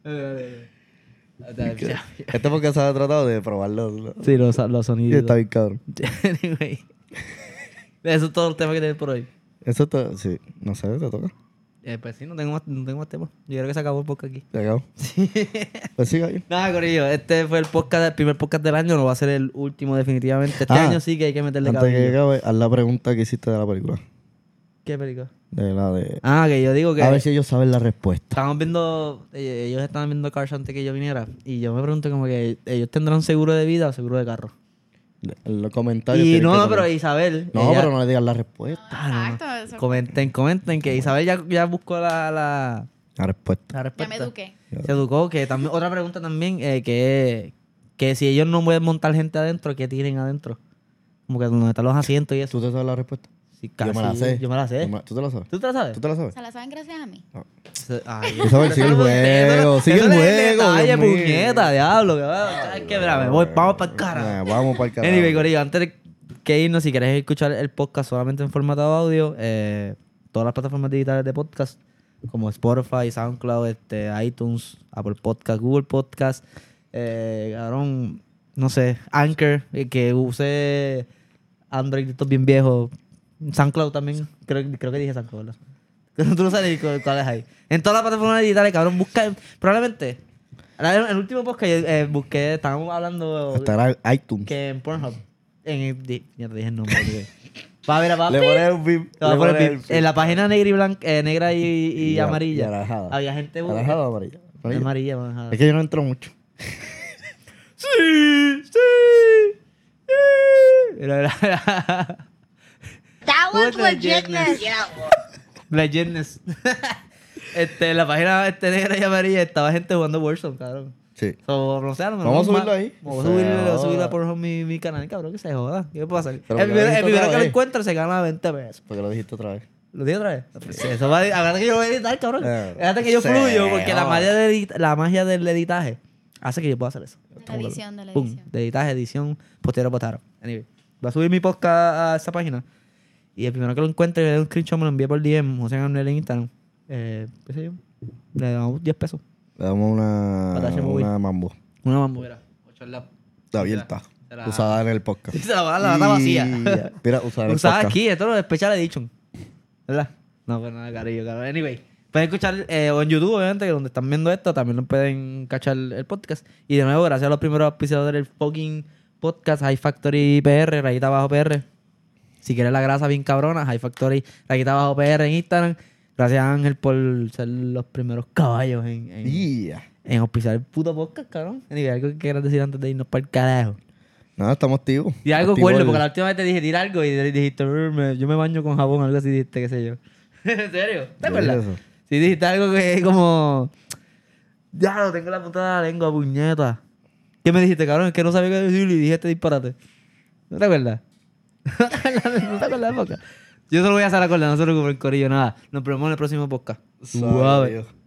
Speaker 1: Eh,
Speaker 2: Este porque se ha tratado de probarlo. ¿no?
Speaker 1: Sí, los, los
Speaker 2: Y está
Speaker 1: sonidos.
Speaker 2: bien, cabrón.
Speaker 1: Anyway. Eso es todo el tema que tenés por hoy.
Speaker 2: Eso está... Sí, no sé, te toca.
Speaker 1: Eh, pues sí, no tengo, más, no tengo más temas. Yo creo que se acabó el podcast aquí.
Speaker 2: Se acabó. Pues sigue ahí.
Speaker 1: Nada, Corillo, este fue el podcast, el primer podcast del año. No va a ser el último, definitivamente. Este
Speaker 2: Ah,
Speaker 1: año sí que hay que meterle
Speaker 2: Antes que
Speaker 1: cabello.
Speaker 2: acabe, haz la pregunta que hiciste de la película.
Speaker 1: ¿Qué película?
Speaker 2: De la de...
Speaker 1: Ah, que yo digo que.
Speaker 2: A ver si ellos saben la respuesta.
Speaker 1: Estábamos viendo, eh, ellos estaban viendo Cars antes que yo viniera. Y yo me pregunto como que, ¿ellos tendrán seguro de vida o seguro de carro?
Speaker 2: En los comentarios.
Speaker 1: Y
Speaker 2: tienen
Speaker 1: no,
Speaker 2: que
Speaker 1: no, pero
Speaker 2: poner-
Speaker 1: Isabel...
Speaker 2: No,
Speaker 1: ella- Ah,
Speaker 2: pero no le digas la respuesta.
Speaker 3: Exacto. eso-
Speaker 1: Comenten, comenten, que Isabel ya, ya buscó la, la,
Speaker 2: La respuesta.
Speaker 1: la
Speaker 3: Ya
Speaker 1: respuesta.
Speaker 3: me eduqué.
Speaker 1: Se educó, que también, otra pregunta también, eh, que, que si ellos no pueden montar gente adentro, ¿qué tienen adentro? Como que donde están los asientos y eso.
Speaker 2: ¿Tú te sabes la respuesta?
Speaker 1: Sí,
Speaker 2: yo
Speaker 1: casi,
Speaker 2: me la sé.
Speaker 1: Yo me la sé.
Speaker 2: Yo me- ¿Tú te la sabes?
Speaker 1: ¿Tú te la sabes?
Speaker 2: ¿Tú te la sabes?
Speaker 3: Se la saben gracias a mí.
Speaker 1: Ay,
Speaker 2: Isabel, sigue el juego, sigue el juego,
Speaker 1: Ay,
Speaker 2: Dios mío.
Speaker 1: puñeta, diablo. Que, va- ay, que mira, me voy, vamos para el
Speaker 2: Eh,
Speaker 1: cara.
Speaker 2: vamos para el carajo.
Speaker 1: Anyway, Corillo, antes de que irnos, si querés escuchar el podcast solamente en formato de audio, eh, todas las plataformas digitales de podcast, como Spotify, SoundCloud, este, iTunes, Apple Podcast, Google Podcast, eh, cabrón, no sé, Anchor, eh, que use Android, estos bien viejos, SoundCloud también, creo, creo que dije SoundCloud, ¿verdad? Tú no sabes ni cu- cuál es ahí. En todas las plataformas digitales, cabrón, busca, probablemente, la- el, último podcast yo eh, busqué, estábamos hablando
Speaker 2: Estará en iTunes.
Speaker 1: que en Pornhub. En el, di- ya te dije el nombre. olvidé. Va a ver, va a
Speaker 2: Le pones un bip.
Speaker 1: Te va a
Speaker 2: le
Speaker 1: poner
Speaker 2: pones
Speaker 1: pip.
Speaker 2: el
Speaker 1: En la página negra y, blanca, eh, negra y, y
Speaker 2: Y a-
Speaker 1: amarilla
Speaker 2: y anaranjada.
Speaker 1: había gente bu-
Speaker 2: Anaranjada o amarilla.
Speaker 1: amarilla.
Speaker 2: Amarilla.
Speaker 1: anaranjada.
Speaker 2: Es que yo no entro mucho.
Speaker 1: Sí, sí, sí. Era, era, era.
Speaker 4: That was
Speaker 1: Who's the
Speaker 4: legitness.
Speaker 1: gymnast? Legendness. este, en la página este, negra y amarilla estaba gente jugando Warzone, cabrón.
Speaker 2: Sí.
Speaker 1: So, no sé, a lo mejor
Speaker 2: Vamos a
Speaker 1: ma-
Speaker 2: subirlo ahí.
Speaker 1: Vamos a
Speaker 2: Se
Speaker 1: subirlo, voy a
Speaker 2: joda.
Speaker 1: subirlo por mi, mi canal, cabrón, que se joda. ¿Qué pasa? El
Speaker 2: Pero porque
Speaker 1: primero, el
Speaker 2: lo dijiste
Speaker 1: primero
Speaker 2: otra
Speaker 1: que lo
Speaker 2: vez.
Speaker 1: encuentra se gana 20 pesos.
Speaker 2: Porque lo dijiste otra vez.
Speaker 1: ¿Lo dije otra vez? Pues eso va a, habrá que yo voy a editar, cabrón.
Speaker 2: Eh,
Speaker 1: Fíjate que yo
Speaker 2: sí,
Speaker 1: fluyo, porque la
Speaker 2: no.
Speaker 1: magia, de edit- la magia del editaje hace que yo pueda hacer eso.
Speaker 3: De la edición, de la
Speaker 1: Pum,
Speaker 3: edición.
Speaker 1: de editaje, edición, postero, postero. Anyway, voy a subir mi podcast a esa página. Y el primero que lo encuentre y le dé un screenshot me lo envía por DM, José Manuel en Instagram. eh, qué sé yo, le damos 10 pesos.
Speaker 2: Le damos una,
Speaker 1: Patache móvil.
Speaker 2: una mambo.
Speaker 1: Una bambera. O charla.
Speaker 2: Está abierta.
Speaker 1: Se la-
Speaker 2: Usada en el podcast.
Speaker 1: Se la va a dar la lata vacía.
Speaker 2: Y- Mira, usada en el
Speaker 1: Usada
Speaker 2: podcast.
Speaker 1: aquí, esto lo de Special Edition. ¿Verdad? No, pues nada, carillo, cabrón. Anyway, pueden escuchar eh, o en YouTube, obviamente, que donde están viendo esto, también nos pueden cachar el podcast. Y de nuevo, gracias a los primeros auspiciadores del fucking podcast, High Factory PR, rayita abajo PR. Si quieres la grasa bien cabrona, High Factory, rayita abajo PR en Instagram. Gracias a Ángel por ser los primeros caballos en, en,
Speaker 2: Yeah.
Speaker 1: en auspiciar el puto podcast, cabrón. Anyway, algo que quieras decir antes de irnos para el carajo.
Speaker 2: Nada, estamos activos.
Speaker 1: Di algo
Speaker 2: Activos
Speaker 1: cuerdo,
Speaker 2: el-
Speaker 1: porque la última vez te dije tirar algo y dijiste, "Brr, me- yo me baño con jabón, algo así dijiste, qué sé yo. ¿En serio? ¿Te
Speaker 2: Yo
Speaker 1: acuerdas?
Speaker 2: dije eso.
Speaker 1: Sí, dijiste algo que como. Ya lo tengo en la punta de la lengua, puñeta. ¿Qué me dijiste, cabrón? Es que no sabía qué decir y dije este disparate. ¿No te acuerdas? ¿No te acuerdas? ¿No te acuerdas, Boca? Yo solo voy a hacer acordar, no se preocupen, Corillo, nada. Nos vemos en el próximo podcast.
Speaker 2: Sabe
Speaker 1: Suave.
Speaker 2: Dios.